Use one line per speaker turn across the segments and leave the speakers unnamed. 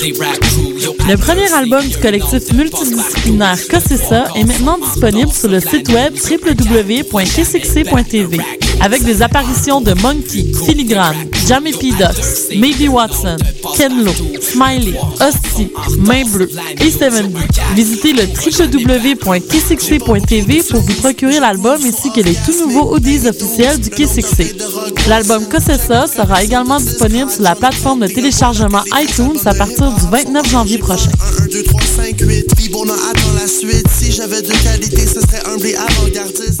Le premier album du collectif multidisciplinaire Cossessa est maintenant disponible sur le site web www.k6c.tv avec des apparitions de Monkey, Filigrane, Jamie P. Ducks, Maybe Watson, Ken Lo, Smiley, Hostie, Main Bleue et Seven Visitez le www.k6c.tv pour vous procurer l'album ainsi que les tout nouveaux audios officiels du K6c. L'album Cossessa sera également disponible sur la plateforme de téléchargement iTunes à partir du 29 janvier prochain.
1, 2, 3, 5, 8, Bibon attend la suite. Si j'avais deux qualités, ce serait humble et avant-gardiste.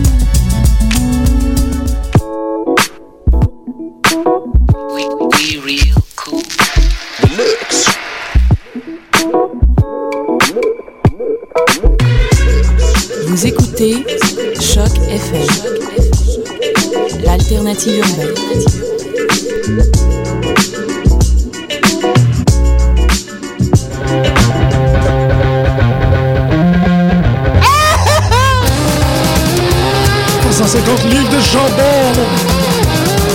Vous écoutez Choc FM, l'alternative urbaine.
Pour 150 livres de chambon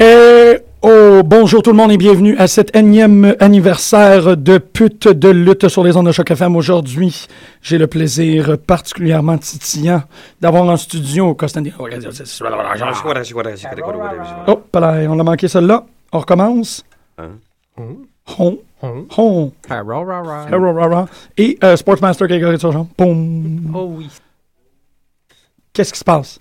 Et oh, bonjour tout le monde et bienvenue à cet énième anniversaire de pute de lutte sur les ondes de choc FM. Aujourd'hui, j'ai le plaisir particulièrement titillant d'avoir en studio Constantin. Oh, pas là, on l'a manqué celle-là. On recommence.
Hein?
Hon. Hon. Ra, ra, ra. Et euh, Sportsmaster Grégory Turgeon. Boum.
Oh oui.
Qu'est-ce qui se passe?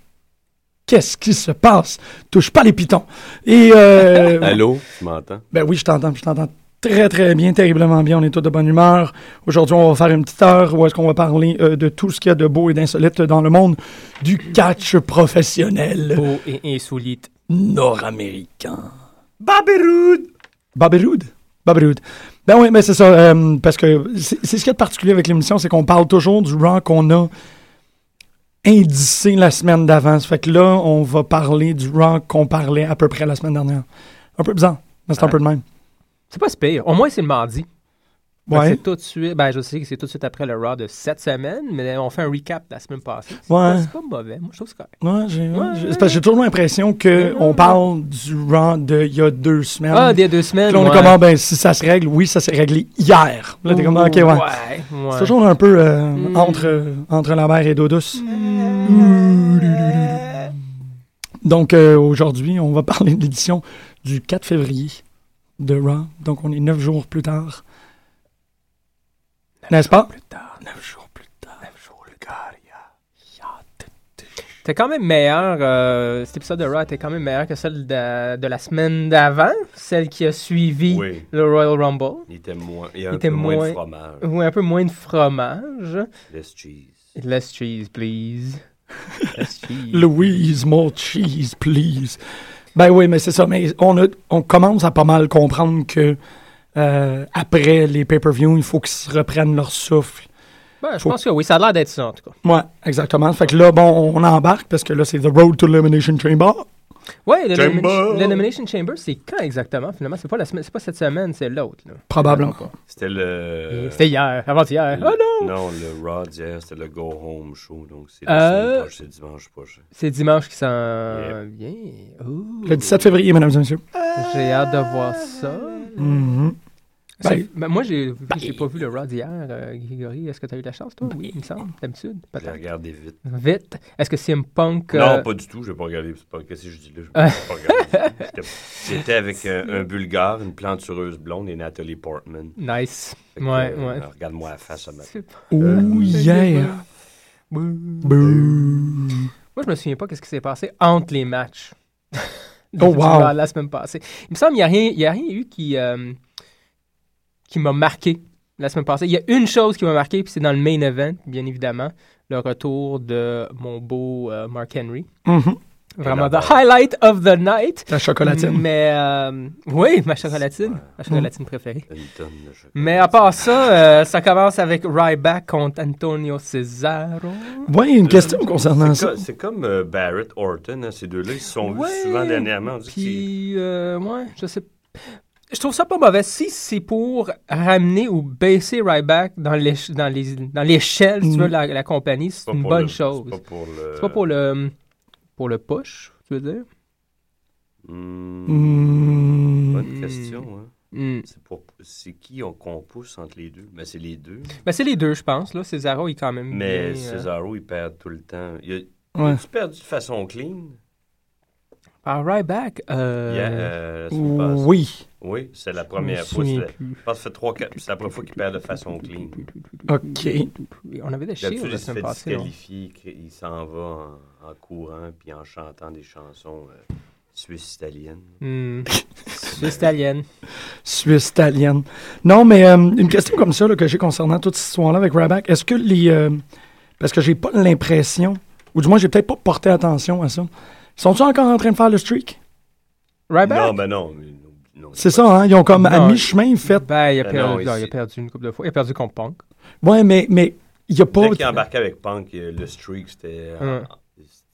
Qu'est-ce qui se passe? Touche pas les pitons. Et euh,
Allô, tu m'entends?
Ben oui, je t'entends, je t'entends très très bien, terriblement bien. On est tous de bonne humeur. Aujourd'hui, on va faire une petite heure où est-ce qu'on va parler euh, de tout ce qu'il y a de beau et d'insolite dans le monde du catch professionnel
Beau et insolite.
nord-américain.
Babiroud!
Babiroud? Babiroud. Ben oui, mais c'est ça, euh, parce que c'est c'est ce qu'il y a de particulier avec l'émission, c'est qu'on parle toujours du Raw qu'on a indicé la semaine d'avance. Fait que là, on va parler du Raw qu'on parlait à peu près la semaine dernière. Un peu bizarre,
Ah.
mais c'est un peu de même.
C'est pas si pire. Au moins, c'est le mardi. Fait que
Ouais.
C'est tout de suite. Ben, je sais que c'est tout de suite après le Raw de cette semaine, mais on fait un recap de la semaine passée. C'est
Ouais.
pas- c'est pas mauvais. Moi, je trouve que c'est correct.
Ouais, j'ai ouais, j'ai- c'est parce que j'ai toujours l'impression qu'on parle du Raw d'il y a deux semaines.
Ah, des deux semaines.
Euh, Puis là, on est
ouais.
comme, ah, ben, si ça se règle, oui, ça s'est réglé hier. Là, t'es comme, ok, ouais.
Ouais, ouais.
C'est toujours un peu euh, entre, euh, entre la mer et d'eau douce.
Mm.
Donc, euh, aujourd'hui, on va parler de l'édition du 4 février de Raw. Donc, on est neuf jours plus tard. N'est-ce pas?
T'es quand même meilleur. euh, cet épisode de Raw était quand même meilleur que celle de, de la semaine d'avant, celle qui a suivi
Oui.
le Royal Rumble.
Il était moins. Il y a un
était
peu moins,
moins-
de fromage.
Ou un peu moins de fromage.
Less cheese.
Less cheese, please. Less cheese.
Louise, more cheese, please. Ben oui, mais c'est ça. Mais on, a- on commence à pas mal comprendre que euh, après les pay-per-views, il faut qu'ils se reprennent leur souffle.
Ben, je
Faut-
pense que oui, ça a l'air d'être ça, en tout cas.
Ouais, exactement. Fait que là, bon, on embarque parce que là, c'est The Road to Elimination Chamber.
Ouais, le,
Chamber.
Nomina- le Nomination Chamber, c'est quand exactement, finalement? C'est pas, la semaine- c'est pas cette semaine, c'est l'autre. là.
Probablement.
C'était le.
C'était hier, avant-hier. Oh non!
Non, le Raw d'hier, c'était le Go Home Show. Donc,
Euh.
c'est la semaine prochaine, c'est dimanche prochain.
C'est dimanche qui s'en vient. Ouh,
Le 17 février, mesdames et messieurs.
J'ai hâte de voir ça.
Mhm.
Ça-
Ben-
ben, moi, j'ai vu- j'ai pas vu le Raw d'hier, euh, Grégory. Est-ce que t'as eu de la chance, toi? Oui, il me semble, d'habitude.
Je l'ai
Peut-être.
regardé vite.
Vite. Est-ce que CM Punk... euh,
Non, pas du tout. Je n'ai pas regardé. C'est pas- Qu'est-ce que je dis là? Je pas regardé. J'étais- J'étais avec un, un bulgare, une plantureuse blonde et Nathalie Portman.
Nice.
Fait que,
Ouais,
euh,
ouais.
Regarde-moi la face ce matin.
Super.
Ouh, Ben, oh, yeah. Bouh.
Moi, je me souviens pas qu'est-ce qui s'est passé entre les matchs. Du-
Oh,
du
wow.
Raw La semaine passée. Il me semble qu'il n'y a, rien- il y a rien eu qui, euh, qui m'a marqué la semaine passée. Il y a une chose qui m'a marqué, puis c'est dans le main event, bien évidemment, le retour de mon beau euh, Mark Henry.
Mhm.
Vraiment,
Et
the
là,
highlight of the night.
La chocolatine.
Mais, euh, oui, ma chocolatine. Ma chocolatine préférée.
Une tonne de chocolat.
Mais à part ça, euh, ça commence avec Ryback contre Antonio Cesaro.
Oui, une question concernant
C'est
ça.
co- C'est comme euh, Barrett Orton, hein, ces deux-là, ils se sont
Ouais,
vus souvent dernièrement. On dit que
Puis, euh, ouais, je sais. Je trouve ça pas mauvais si c'est pour ramener ou baisser Ryback dans l'éche- dans les- dans l'échelle, si tu veux, de la, la compagnie,
c'est
c'est
pas
une
pour
bonne
le-
chose.
C'est pas pour le.
C'est pas pour le pour le push, tu veux dire?
Hmm,
Hmm.
Bonne question. hein.
Mm.
C'est pour... c'est qui on- qu'on pousse entre les deux? Ben, c'est les deux.
Ben, c'est les deux, je pense. Là. Cesaro est quand même.
Mais
bien, euh,
Cesaro, il perd tout le temps. Il a...
Ouais.
Tu perdu de façon clean?
Ah, Ryback. Euh...
Yeah, euh, la semaine passée.
Oui.
Oui, c'est la
je me
première fois.
souviens
c'est la-
plus.
Je pense que ça fait trois, quatre- c'est la première fois qu'il perd de façon clean.
OK.
On avait des chiffres
D'habitude,
la
il
semaine
se fait
passée. non?
disqualifier, qu'il- il s'en va en, en courant puis en chantant des chansons euh, suisses-italiennes.
Hmm. C'est italienne.
Suisse italienne. Non, mais euh, une question comme ça là, que j'ai concernant toute cette histoire-là avec Ryback, est-ce que les. euh, parce que j'ai pas l'impression, ou du moins j'ai peut-être pas porté attention à ça. Sont-ils encore en train de faire le streak?
Ryback?
Non, ben non. mais non, non,
C'est ça, hein? Ils ont comme à
Ah,
Non.
mi-chemin fait.
Ben, il a,
Ben
perdu,
non, il
non,
s'est-
il a perdu une couple de fois. Il a perdu contre Punk.
Ouais, mais mais il n'y a pas.
Dès qu'il a embarqué avec Punk, euh, le streak, c'était euh,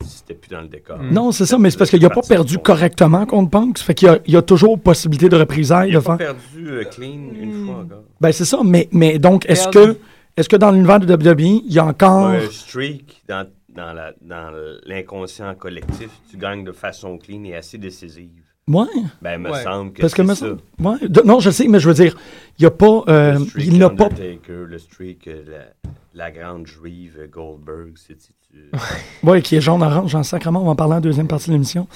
c'était plus dans le décor.
Mm. Non, c'est ça, mais c'est parce qu'il a pas perdu correctement contre Punk. Ça fait qu'il y a- il y, a toujours possibilité de représailles.
Il a
de
pas
faire-
perdu euh, clean une fois encore.
Ben, c'est ça, mais, mais donc, est-ce
Perdu.
que, est que dans l'univers de WWE, il y a encore.
Un streak dans, dans la- dans l'inconscient collectif, tu gagnes de façon clean et assez décisive.
Ouais.
Ben, me
Ouais.
semble que
Parce que,
c'est
me
ça.
semble- ouais, de- non, je sais, mais je veux dire, il y a pas, euh,
le streak
il n'a pas,
Undertaker, le streak, euh, la, la grande juive euh, Goldberg, c'est tu- tu-
ouais, qui est jaune orange en sacrement. On va en parler en deuxième partie de l'émission.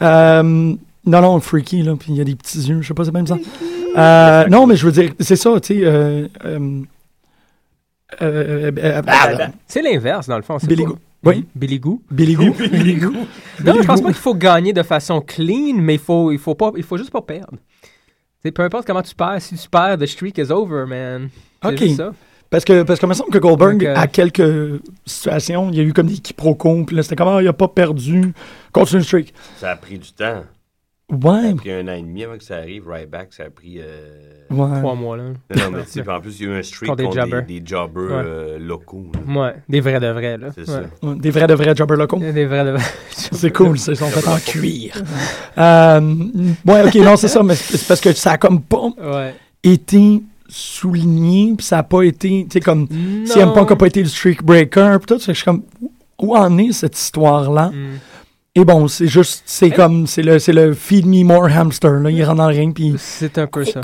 Euh, non, non, freaky là, puis il y a des petits yeux. Je sais pas, c'est même ça. Euh, non, mais je veux dire, c'est ça, tu sais. Euh, euh, euh, euh, ah,
C'est l'inverse, dans le fond. c'est
Billy
pas-
Goo. Oui,
Billy Goo.
Billy Goo.
Non, je pense
Goo.
pas qu'il faut gagner de façon clean, mais il faut, il faut, pas, il faut juste pas perdre. C'est peu importe comment tu perds, si tu perds, the streak is over, man. C'est
Ok.
juste ça.
Parce que, parce que me semble que Goldberg,
Donc, euh,
à quelques situations, il y a eu comme des quiproquos, puis là, c'était comme, ah, il a pas perdu. Continue le streak.
Ça a pris du temps. Ça
Ouais,
a pris un an et demi avant que ça arrive. Right back, ça a pris. euh,
ouais.
Trois mois, là.
Non, non, mais tu sais, puis en plus, il y a eu un streak
Contre
contre,
des
des,
jobbers.
des jobbers
Ouais.
euh, locaux. là.
Ouais, des vrais de vrais, là.
C'est
Ouais.
ça.
Ouais, Des vrais de vrais jobbers locaux.
Des vrais de vrais.
C'est cool, c'est- ils sont faits en cuir. Euh, ouais, ok, non, c'est ça, mais c'est c'est parce que ça a comme pas
Ouais.
été souligné, puis ça a pas été, tu sais, comme CM
Non.
Punk a pas été le streak breaker, puis tout, ça, je suis comme, où- où en est cette histoire-là?
Hmm.
Et bon, c'est juste, c'est comme, c'est le, c'est le feed me more hamster, là, il rentre dans le ring, puis
C'est un peu ça.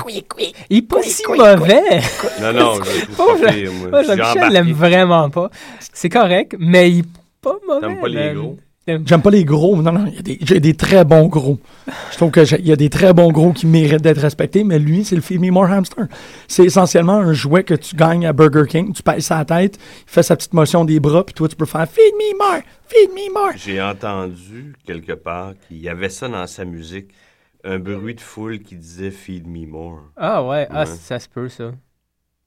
Il est pas si mauvais.
Non, non, je le trouve
Oh,
pas
je-
pire, moi.
Moi,
J'ai
Jean-Michel
embarqué.
l'aime vraiment pas. C'est correct, mais il est pas mauvais.
T'aimes pas les
man.
gros?
T'aimes-
j'aime pas les gros, non, non, il y a des- j'ai des très bons gros. Je trouve que j'ai- il y a des très bons gros qui méritent d'être respectés, mais lui, c'est le Feed Me More Hamster. C'est essentiellement un jouet que tu gagnes à Burger King, tu pèses sa tête, il fait sa petite motion des bras, puis toi, tu peux faire Feed Me More, Feed Me More.
J'ai entendu quelque part qu'il y avait ça dans sa musique. Un bruit de foule qui disait Feed me more.
Ah ouais, ah,
Ouais.
ça se peut, ça.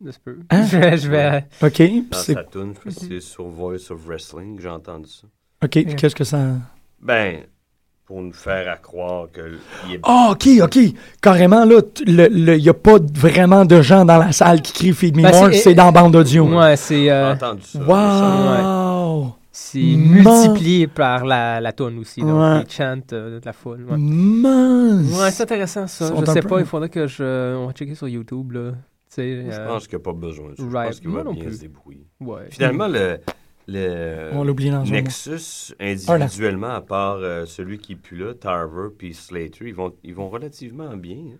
Ça se peut.
Hein?
Je vais. Je vais...
OK, puis
Ah,
Dans
c'est-
sa tune,
Mhm.
c'est sur Voice of Wrestling, que j'ai entendu ça.
OK, puis qu'est-ce que ça.
Ben, pour nous faire à croire que l- il est
Ah, OK, OK. Carrément, là, t- le- le- il n'y a pas d- vraiment de gens dans la salle qui crient Feed Me
Ben,
More,
c'est-
c'est dans bande audio.
Ouais, c'est euh,
entendu ça.
Wow!
c'est
Man.
multiplié par la, la toune aussi. Donc,
Ouais.
les chants euh, de la foule. Ouais, Euh,
Mince!
Ouais, c'est intéressant, ça.
Sont
Je
un
sais
peu-
pas, il faudrait que je. On va checker sur YouTube, là. Tu sais.
Je
euh,
pense qu'il n'y a pas besoin de ça. Je
Right.
pense qu'il
Moi
va
non
bien
plus.
se débrouiller.
ouais.
Finalement, le, le
On l'oublie dans un mois.
Nexus, individuellement, à part euh, celui qui pue là, Tarver puis Slater, ils vont, ils vont relativement bien. hein.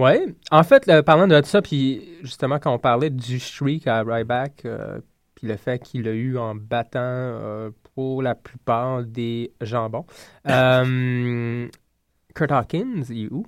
Ouais. En fait, là, parlant de ça, puis justement, quand on parlait du streak à Ryback, euh, puis le fait qu'il l'a eu en battant euh, pour la plupart des jambons, euh, Kurt Hawkins, il est où?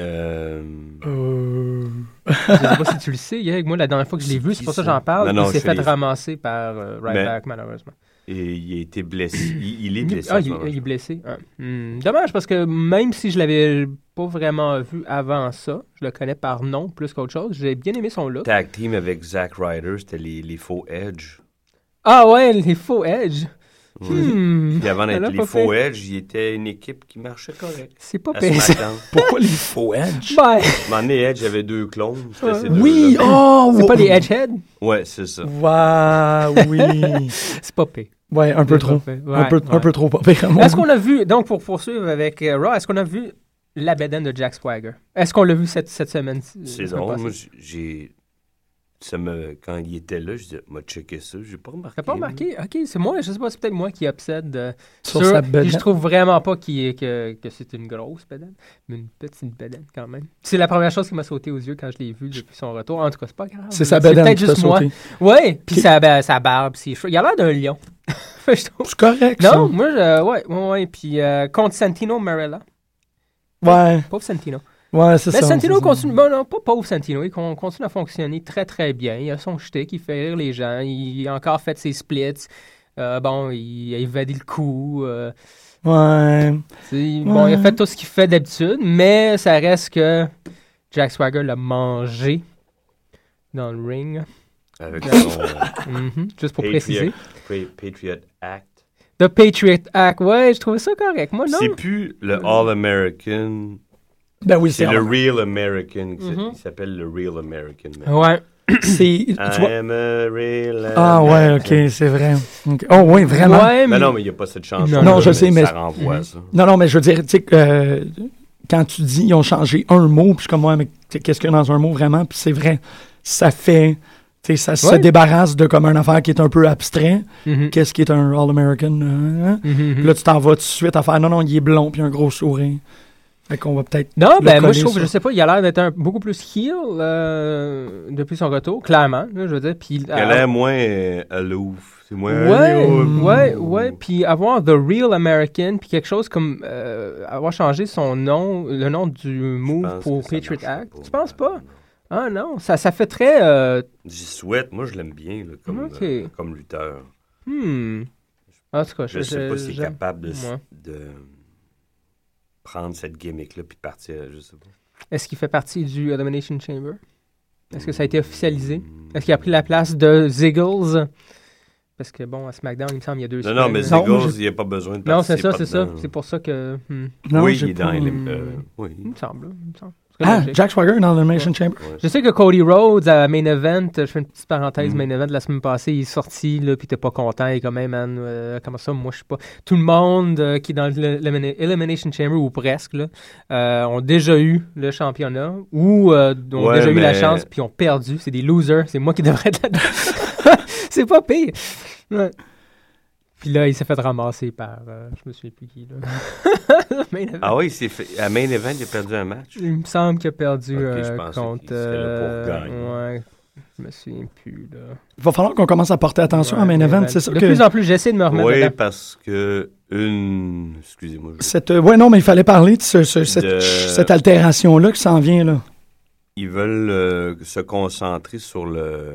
Euh,
Je sais pas si tu le sais, Yannick. Moi, la dernière fois que je l'ai vu, c'est
qui
pour ça que
ça?
j'en parle,
Non, non,
il s'est
je
fait
l'ai-
ramasser par euh,
Mais-
Ryback, malheureusement.
Et il a été blessé. Il, il est blessé.
Ah,
en ce
il,
moment,
il
je
est blessé. Ah. Hmm, Dommage parce que même si je l'avais pas vraiment vu avant ça, je le connais par nom plus qu'autre chose. J'ai bien aimé son look.
Tag team avec Zack Ryder, c'était les, les faux Edge.
Ah ouais, les faux Edge.
Ouais.
Hmm,
Puis avant
Elle a
d'être les
pas
faux
fait. Oh, ben,
Edge, il était une équipe qui marchait correct.
c'est pas
À
payé.
SmackDown.
Pourquoi les faux Edge?
Ben,
À un moment donné, Edge avait deux clones.
Ah,
c'était ces
Oui!
deux-là.
Oh!
c'est pas des Edgeheads.
Ouais, c'est ça.
Waouh, oui.
C'est pas payé.
Ouais, un peu trop.
Parfait.
un,
Ouais,
peu, un
ouais.
peu trop, pas pire à
Oh.
mon
Est-ce
goût.
qu'on a vu, donc pour poursuivre avec euh, Raw, est-ce qu'on a vu la bedaine de Jack Swagger? Est-ce qu'on l'a vu cette, cette semaine?
C'est drôle. Moi, j- j'ai. Ça me... Quand il était là, je disais, m'a checké ça. J'ai pas remarqué.
T'as pas remarqué? Ok, c'est moi, je sais pas, c'est peut-être moi qui obsède euh,
Sur
sur-
sa
puis
bedaine.
Je trouve vraiment pas qu'il- que, que c'est une grosse bedaine, mais une petite bedaine quand même. C'est la première chose qui m'a sauté aux yeux quand je l'ai vu depuis son retour. En tout cas, c'est pas grave.
C'est sa bedaine
peut-être
qui t'a
juste moi.
sauté.
Ouais, puis
Qui-
sa, ba- sa barbe, ses cheveux. Il a l'air d'un lion. je trouve.
C'est correct,
Non, moi, je, ouais, ouais, ouais. Puis euh, contre Santino Marella.
ça. Ouais,
Pauvre Santino.
ouais, c'est ça.
Mais Ben, Santino
c'est ça.
continue. Bon, non, pas pauvre Santino. Il con- continue à fonctionner très, très bien. Il a son shtick, il fait rire les gens. Il a encore fait ses splits. Euh, bon, il a évadé le coup. euh,
Ouais.
c'est- Bon, il a
Ouais.
fait tout ce qu'il fait d'habitude, mais ça reste que Jack Swagger l'a mangé dans le ring.
Avec son
Mhm, Juste pour
Patriot-
préciser.
Pa- Patriot Act.
The Patriot Act. Ouais, je trouvais ça correct. Moi, non.
C'est plus le All-American.
Ben oui,
C'est
c'est
le Real American. qui s'a-
Mhm.
Il s'appelle le Real American. man.
Ouais.
c'est- tu vois-
I'm a real
Ah ouais, ok, c'est vrai. Ok. Oh oui, vraiment.
Ouais,
Mais
mais-
Ben non, mais il n'y a pas cette chanson.
Non,
je sais, mais-
Ça renvoie à ça.
Mhm.
Non, non, mais je veux dire, tu sais, euh, quand tu dis ils ont changé un mot, puis je suis comme, ouais, mais t'sais, qu'est-ce qu'il y a dans un mot vraiment? Puis c'est vrai, ça fait, tu sais, ça se
Ouais.
débarrasse de comme un affaire qui est un peu abstrait.
Mhm,
Qu'est-ce qui est un All-American? euh, hein?
mhm, mhm.
Puis Là, tu t'en vas tout de suite à faire, non, non, il est blond, puis un gros sourire. Fait qu'on va peut-être.
Non,
le
ben moi
coller
je trouve,
sur-
je sais pas, il a l'air d'être un- beaucoup plus heel euh, depuis son retour, clairement, là, je veux dire. Puis,
Il a
euh,
l'air moins euh, aloof. C'est moins.
Ouais,
Oh,
ouais,
oh.
ouais. Puis avoir The Real American, puis quelque chose comme euh, avoir changé son nom, le nom du
Je
move
pense
pour
que ça
Patriot
marchera
Act. Tu penses pas? Ah non, ça, ça fait très. euh,
J'y souhaite. Moi, je l'aime bien là, comme,
Ok.
euh, comme lutteur.
hmm. En tout cas,
Je
je,
ne sais pas
je-
s'il est
j'aime.
capable de,
Ouais.
de prendre cette gimmick-là puis partir. Je sais pas.
Est-ce qu'il fait partie du euh, Domination Chamber? Est-ce que ça a
Hmm.
été officialisé? Est-ce qu'il a pris la place de Ziggles? Parce que bon, à SmackDown, il me semble, il y a deux
Non, non, mais
Non, moi,
Ziggles, il n'y a pas besoin de
Non, c'est
participer
ça, c'est ça.
dedans.
C'est pour ça que. hmm,
Non,
oui,
j'ai
il est
pas-
dans les. euh, oui.
il me semble. il me semble. C'est
Ah,
logique.
Jack Swagger dans le Nation Chamber.
Je sais que Cody Rhodes à Main Event, je fais une petite
Hmm.
parenthèse, Main Event la semaine passée, il est sorti, là, puis t'es pas content, et quand même, man, euh, comment ça, moi je suis pas. Tout le monde euh, qui est dans le- l'Elimina- Elimination Chamber, ou presque, là, euh, ont déjà eu le championnat, ou euh, ont
Ouais,
déjà eu la
mais-
chance, puis ont perdu. C'est des losers, c'est moi qui devrais être là-dedans. c'est pas pire. Ouais. Puis là, il s'est fait ramasser par. euh, je me souviens plus qui, là. Main Event.
Ah oui, c'est fait- à main event, il a perdu un match.
Il me semble qu'il a perdu
Ok,
euh,
je pensais
contre.
qu'il serait là pour
euh,
gagner.
ouais. Je me souviens plus. Là.
Il va falloir qu'on commence à porter attention à Main
Ouais,
Event.
mais ben,
C'est sûr
De
que.
plus en plus, j'essaie de me remettre.
Oui,
dedans.
parce que une. Excusez-moi. je-
Cette, euh, ouais, non, mais il fallait parler de, ce- ce- cette,
De-
cette altération-là qui s'en vient, là.
Ils veulent euh, se concentrer sur le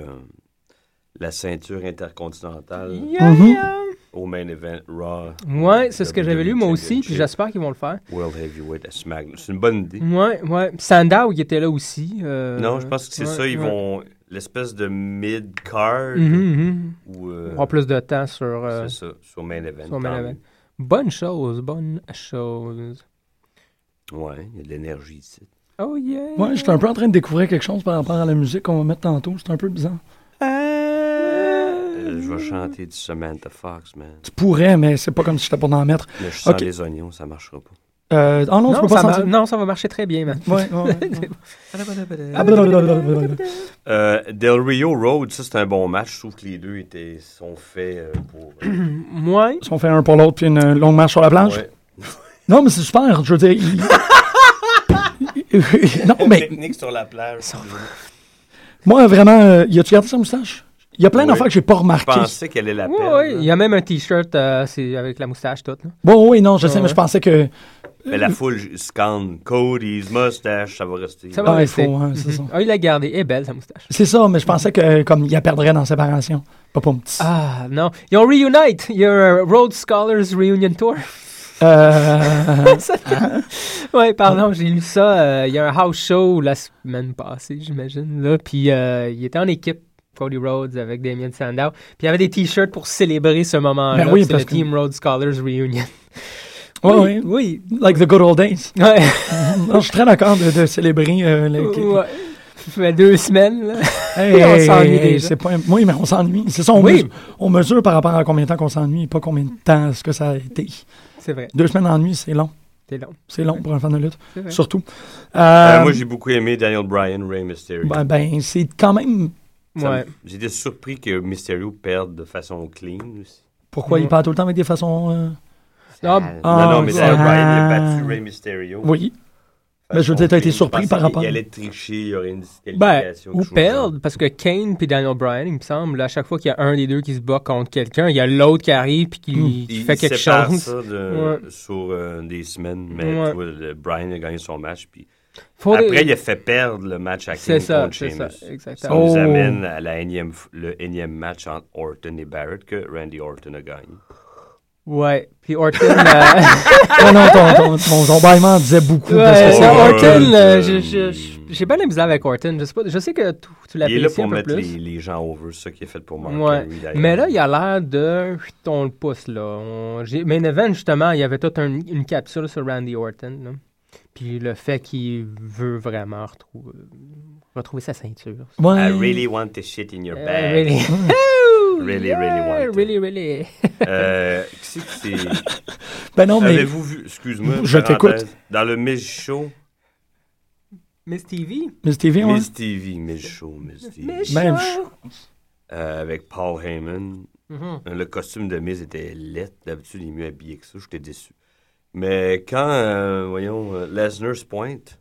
la ceinture intercontinentale
Yeah,
Mhm.
yeah.
au main event Raw.
Ouais, c'est ce que j'avais lu moi
WWE
aussi, puis
Championship,
j'espère qu'ils vont le faire.
World Heavyweight à SmackDown. C'est une bonne idée.
Ouais, ouais. Sandow, il était là aussi. euh,
non, je pense que c'est
ouais,
ça. Ils
ouais.
vont. L'espèce de mid-card.
Mhm, mhm.
ou, euh,
Avoir plus de temps sur. euh,
C'est ça, Ben sur main event.
sur main
quand
event. Bonne chose, bonne chose.
même. Ouais, il y a de l'énergie ici.
Oh yeah.
Ouais, j'étais un peu en train de découvrir quelque chose par rapport à la musique qu'on va mettre tantôt. C'est un peu bizarre.
Euh, je vais chanter du Samantha Fox, man.
Tu pourrais, mais c'est pas comme si j'étais pour en mettre.
Mais je sens
Ok.
les oignons, ça marchera pas.
Euh, oh non, tu
Non
peux pas
ça, va,
sentir.
non, ça va marcher très bien, man.
Ouais, ouais, ouais. Ah, blablabla.
Euh, Del Rio Road, ça c'est un bon match. Je trouve que les deux étaient, sont faits euh, pour. euh,
Ouais.
Si on fait un pour l'autre puis une euh, longue marche sur la planche.
ouais.
Non, mais c'est super. Je veux dire. il- non,
Oh,
mais
Technique sur la plage. Je
moi, vraiment, euh, y a-tu gardé sa moustache? Il y a plein
Oui.
d'affaires que j'ai pas remarquées.
pensais qu'elle est la peine.
Ouais, ouais. Il y a même un t-shirt euh, c'est avec la moustache toute. là.
Bon, oui, non, je sais,
Ouais.
mais je pensais que
Mais la foule j- scanne Cody's mustache, ça va rester.
Ça va.
Ah, il
c'est-
faut, hein, c'est ça.
Ah, il l'a gardé. Elle est belle, sa moustache.
C'est ça, mais je pensais que euh, comme il la perdrait dans séparation. Pas pour
Ah, non. Ils ont Reunite, your Road Scholars Reunion Tour.
euh,
Ouais, pardon, j'ai lu ça. euh, Il y a un house show la semaine passée, j'imagine. Là, puis euh, il était en équipe, Cody Rhodes avec Damien Sandow. Puis il y avait des t-shirts pour célébrer ce moment-là.
Ben oui,
c'est
parce
le
que-
Team Rhodes Scholars Reunion.
Ouais,
oui, oui.
like the good old days.
Ouais.
Non, je suis très d'accord de, de célébrer euh, le-
Ouais. Ça fait deux semaines. là.
Hey,
On s'ennuie
hey,
déjà.
c'est pas un- Oui, mais on s'ennuie. C'est ça, on,
Oui.
mesure, on mesure par rapport à combien de temps qu'on s'ennuie et pas combien de temps est-ce que ça a été.
C'est vrai.
Deux semaines d'ennui, c'est long.
C'est long.
C'est long pour un fan de lutte,
C'est vrai.
surtout.
Euh,
Euh,
moi, j'ai beaucoup aimé Daniel Bryan, Ray Mysterio.
ben, ben, c'est quand même
Ça me-
Bah, Ouais.
J'étais surpris que Mysterio perde de façon clean aussi.
pourquoi il parle tout le temps avec des façons. euh,
Ah,
Ah,
non, non, mais Daniel
ouais.
Bryan, il a battu Ray Mysterio.
Oui.
De
Mais je veux
façon
dire, t'as été
clean. Je
surpris
pensais
par
qu'il-
rapport-
Il allait tricher, il y aurait une
Ben,
disqualification.
ou
quelque chose de genre.
perdre, parce que Kane puis Daniel Bryan, il me semble, à chaque fois qu'il y a un des deux qui se bat contre quelqu'un, il y a l'autre qui arrive puis qui,
Mm.
qui fait quelque
Hmm. sépare
chose.
ça de-
Ouais.
sur euh, des semaines, mais
Ouais.
tu vois, le- Bryan a gagné son match. Puis
Faut
après,
des-
il a fait perdre le match à
C'est
King
ça,
contre
c'est ça,
Sheamus. Ça
exactement.
Oh.
nous amène à la énième f- le énième match entre Orton et Barrett que Randy Orton a gagné.
Ouais, puis Orton, euh,
Ah non, ton, ton, ton, ton bâillement disait beaucoup. parce que
Ouais,
Oh,
c'est-
non, Orton,
Orton.
euh, je- je- je- j'ai bien la misère avec Orton. Je, sais pas, je sais que tu, tu
Il est là
l'apprécies
pour
un peu
mettre
plus.
les, les gens over, c'est ça qu'il a fait pour Mark
Ouais.
Henry, d'ailleurs.
Mais là, il a l'air de. Chut, On le pousse, là. On- j'ai- Main Event, justement, il y avait toute un- une capsule sur Randy Orton. là. Puis le fait qu'il veut vraiment retrouver, retrouver sa ceinture.
Ouais.
I really want the shit in your
Euh,
bag.
really.
Really, really
Yeah,
want it.
Really, really.
Euh, qui c'est que c'est-
Ben non, mais.
Avez-vous vu, excuse-moi,
Je
parenthèse, dans le Miz Show,
Miss TV?
Miss TV, ouais.
Miz TV, Miz Show, Miz TV,
Miss
Ben,
Show?
euh, avec Paul Heyman,
Mhm.
le costume de Miz était laid. D'habitude, il est mieux habillé que ça, j'étais déçu. Mais quand, euh, voyons, euh, Lesnar se pointe,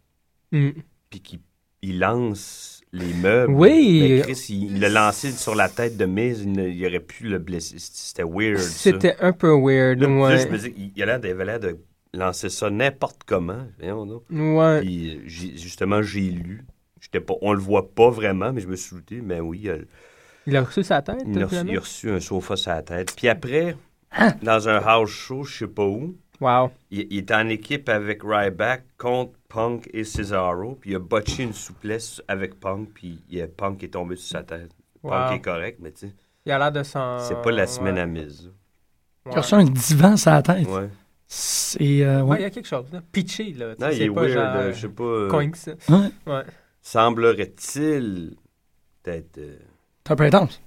Mm.
puis qu'il il lance les meubles.
Oui.
Mais Chris, il il l'a lancé sur la tête de Miz, il, ne- il aurait pu le blesser. C- C'était weird. ça.
C'était un peu weird.
Là, là, je me
Ouais.
dis, il- il a l'air d'avoir l'air de lancer ça n'importe comment. Voyons donc.
Ouais.
Puis, euh, j'ai- justement, j'ai lu. J'étais pas, on le voit pas vraiment, mais je me suis douté, mais oui, il a,
Il a reçu sa tête,
il a reçu,
finalement?
il a reçu un sofa sur la tête. Puis après,
Hein?
dans un house show, je sais pas où,
Wow.
il, il était en équipe avec Ryback contre Punk et Cesaro, puis il a botché une souplesse avec Punk, puis il y a Punk qui est tombé sur sa tête.
Wow.
Punk est correct, mais tu sais,
Il a l'air de s'en.
c'est pas la semaine
ouais.
à mise.
Il a reçu un divan sur la tête.
Ouais.
C'est. euh,
Ouais, il y
ouais.
a quelque chose. Là. Pitché, là. tu
Non,
sais,
il
c'est
est
pas
weird,
genre,
euh, je sais pas. euh,
coin que ça.
Ouais.
Ouais.
Semblerait-il, peut-être, euh,
C'est un peu intense.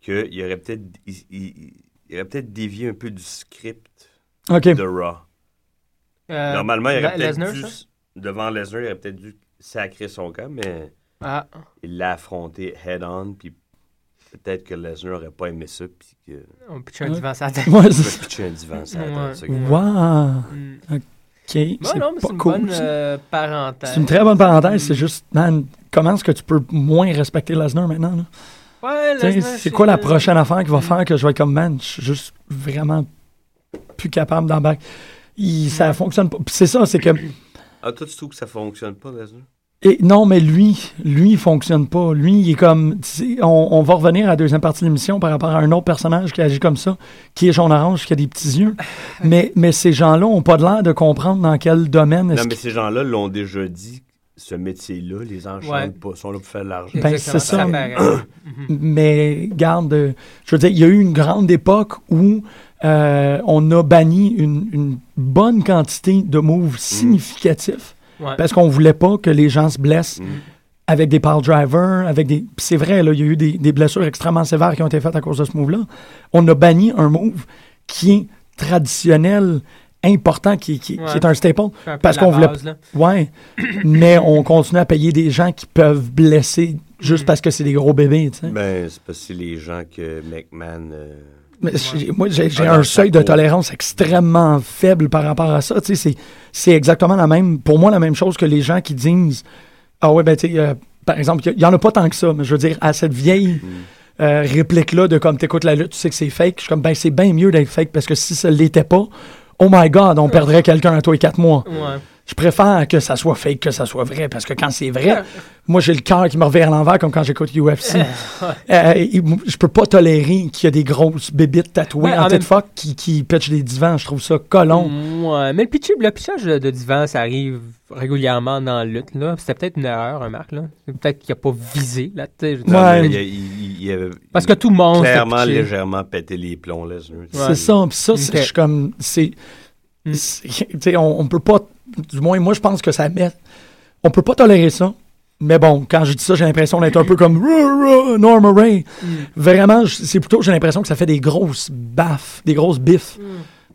qu'il aurait peut-être il, il- il aurait peut-être dévié un peu du script
OK.
de Raw.
Euh,
Normalement, il
Le-
aurait peut-être
Lesnar,
dû,
ça?
devant Lesnar, il aurait peut-être dû sacrer son camp, mais...
Ah,
il l'a affronté head-on, puis peut-être que Lesnar aurait pas aimé ça, puis que...
on pitche un
Ouais.
divan sur la tête.
Ouais,
Je
c'est-
vais pitcher un divan sur la
Ouais.
tête, ça.
Wow.
Mm.
OK. C'est
Ah Non, non, mais c'est
pas
une
cool.
bonne
ça.
euh, parenthèse.
C'est une très bonne parenthèse. C'est juste, man, comment est-ce que tu peux moins respecter Lesnar maintenant? là?
Ouais,
Tu sais,
Lesnar,
C'est quoi la prochaine affaire qui va
Mm.
faire que je vais être comme, man, je suis juste vraiment plus capable d'embarquer? Il- Ça fonctionne pas. Puis c'est ça, c'est que.
Ah, toi, tu trouves que ça fonctionne pas, Lesnar?
Et non, mais lui, lui, il fonctionne pas. Lui, il est comme. tu sais, On, on va revenir à la deuxième partie de l'émission par rapport à un autre personnage qui agit comme ça, qui est jaune orange, qui a des petits yeux. Mais, mais ces gens-là ont pas de l'air de comprendre dans quel domaine. est-ce
Non, mais
qu'ils-
ces gens-là l'ont déjà dit, ce métier-là, les enchaîne
Ouais.
pas, sont là pour faire de l'argent.
Exactement,
Ben, c'est ça.
paraît.
mais garde, euh, je veux dire, il y a eu une grande époque où euh, on a banni une, une bonne quantité de moves significatifs
Ouais.
parce qu'on voulait pas que les gens se blessent
Mm.
avec des power drivers, avec des. Puis c'est vrai, là, il y a eu des, des blessures extrêmement sévères qui ont été faites à cause de ce move-là. On a banni un move qui est traditionnel, important, qui, qui- qui
Ouais.
est un staple.
Fait un peu
Parce
la
qu'on voulait.
base, là.
Ouais. mais on continue à payer des gens qui peuvent blesser
Mm.
juste parce que c'est des gros bébés, tu sais.
Ben, c'est parce que c'est les gens que McMahon... euh,
Mais j'ai- Moi, j'ai j'ai
Ah,
un
dans
seuil
sa
de
peau.
tolérance extrêmement faible par rapport à ça. Tu sais, c'est- c'est exactement la même, pour moi, la même chose que les gens qui disent Ah ouais, ben, tu sais, euh, par exemple, il n'y en a pas tant que ça, mais je veux dire, à cette vieille euh, réplique-là de comme t'écoutes la lutte, tu sais que c'est fake. Je suis comme, ben, c'est bien mieux d'être fake parce que si ça l'était pas, Oh my God, on perdrait quelqu'un à toi et quatre mois.
Ouais.
Je préfère que ça soit fake que ça soit vrai, parce que quand c'est vrai, moi j'ai le cœur qui me revient à l'envers comme quand j'écoute UFC. Euh, et m- je peux pas tolérer qu'il y a des grosses bébites tatouées
Ouais, en
en
même-
tête fuck qui, qui pitchent des divans. Je trouve ça colon.
Ouais, mais le, pitch, le pitchage de divan, ça arrive régulièrement dans la lutte. là. C'était peut-être une erreur, remarque. là. C'est Peut-être qu'il n'a pas visé. Là, tu sais, je veux dire.
Non,
Ouais.
mais il y a- il- il y a-
Parce que tout le monde s'était
clairement
pitché.
légèrement pété les plombs là.
C'est ça. Puis ça, c'est-
Ok.
je suis comme. C'est.
Mm.
c'est- tu sais, On, on peut pas. Du moins, moi, je pense que ça met. On peut pas tolérer ça. Mais bon, quand je dis ça, j'ai l'impression d'être un peu comme Ruh, ruh, Norma Ray.
Mm.
Vraiment, je- c'est plutôt, j'ai l'impression que ça fait des grosses baffes, des grosses biffes.
Mm.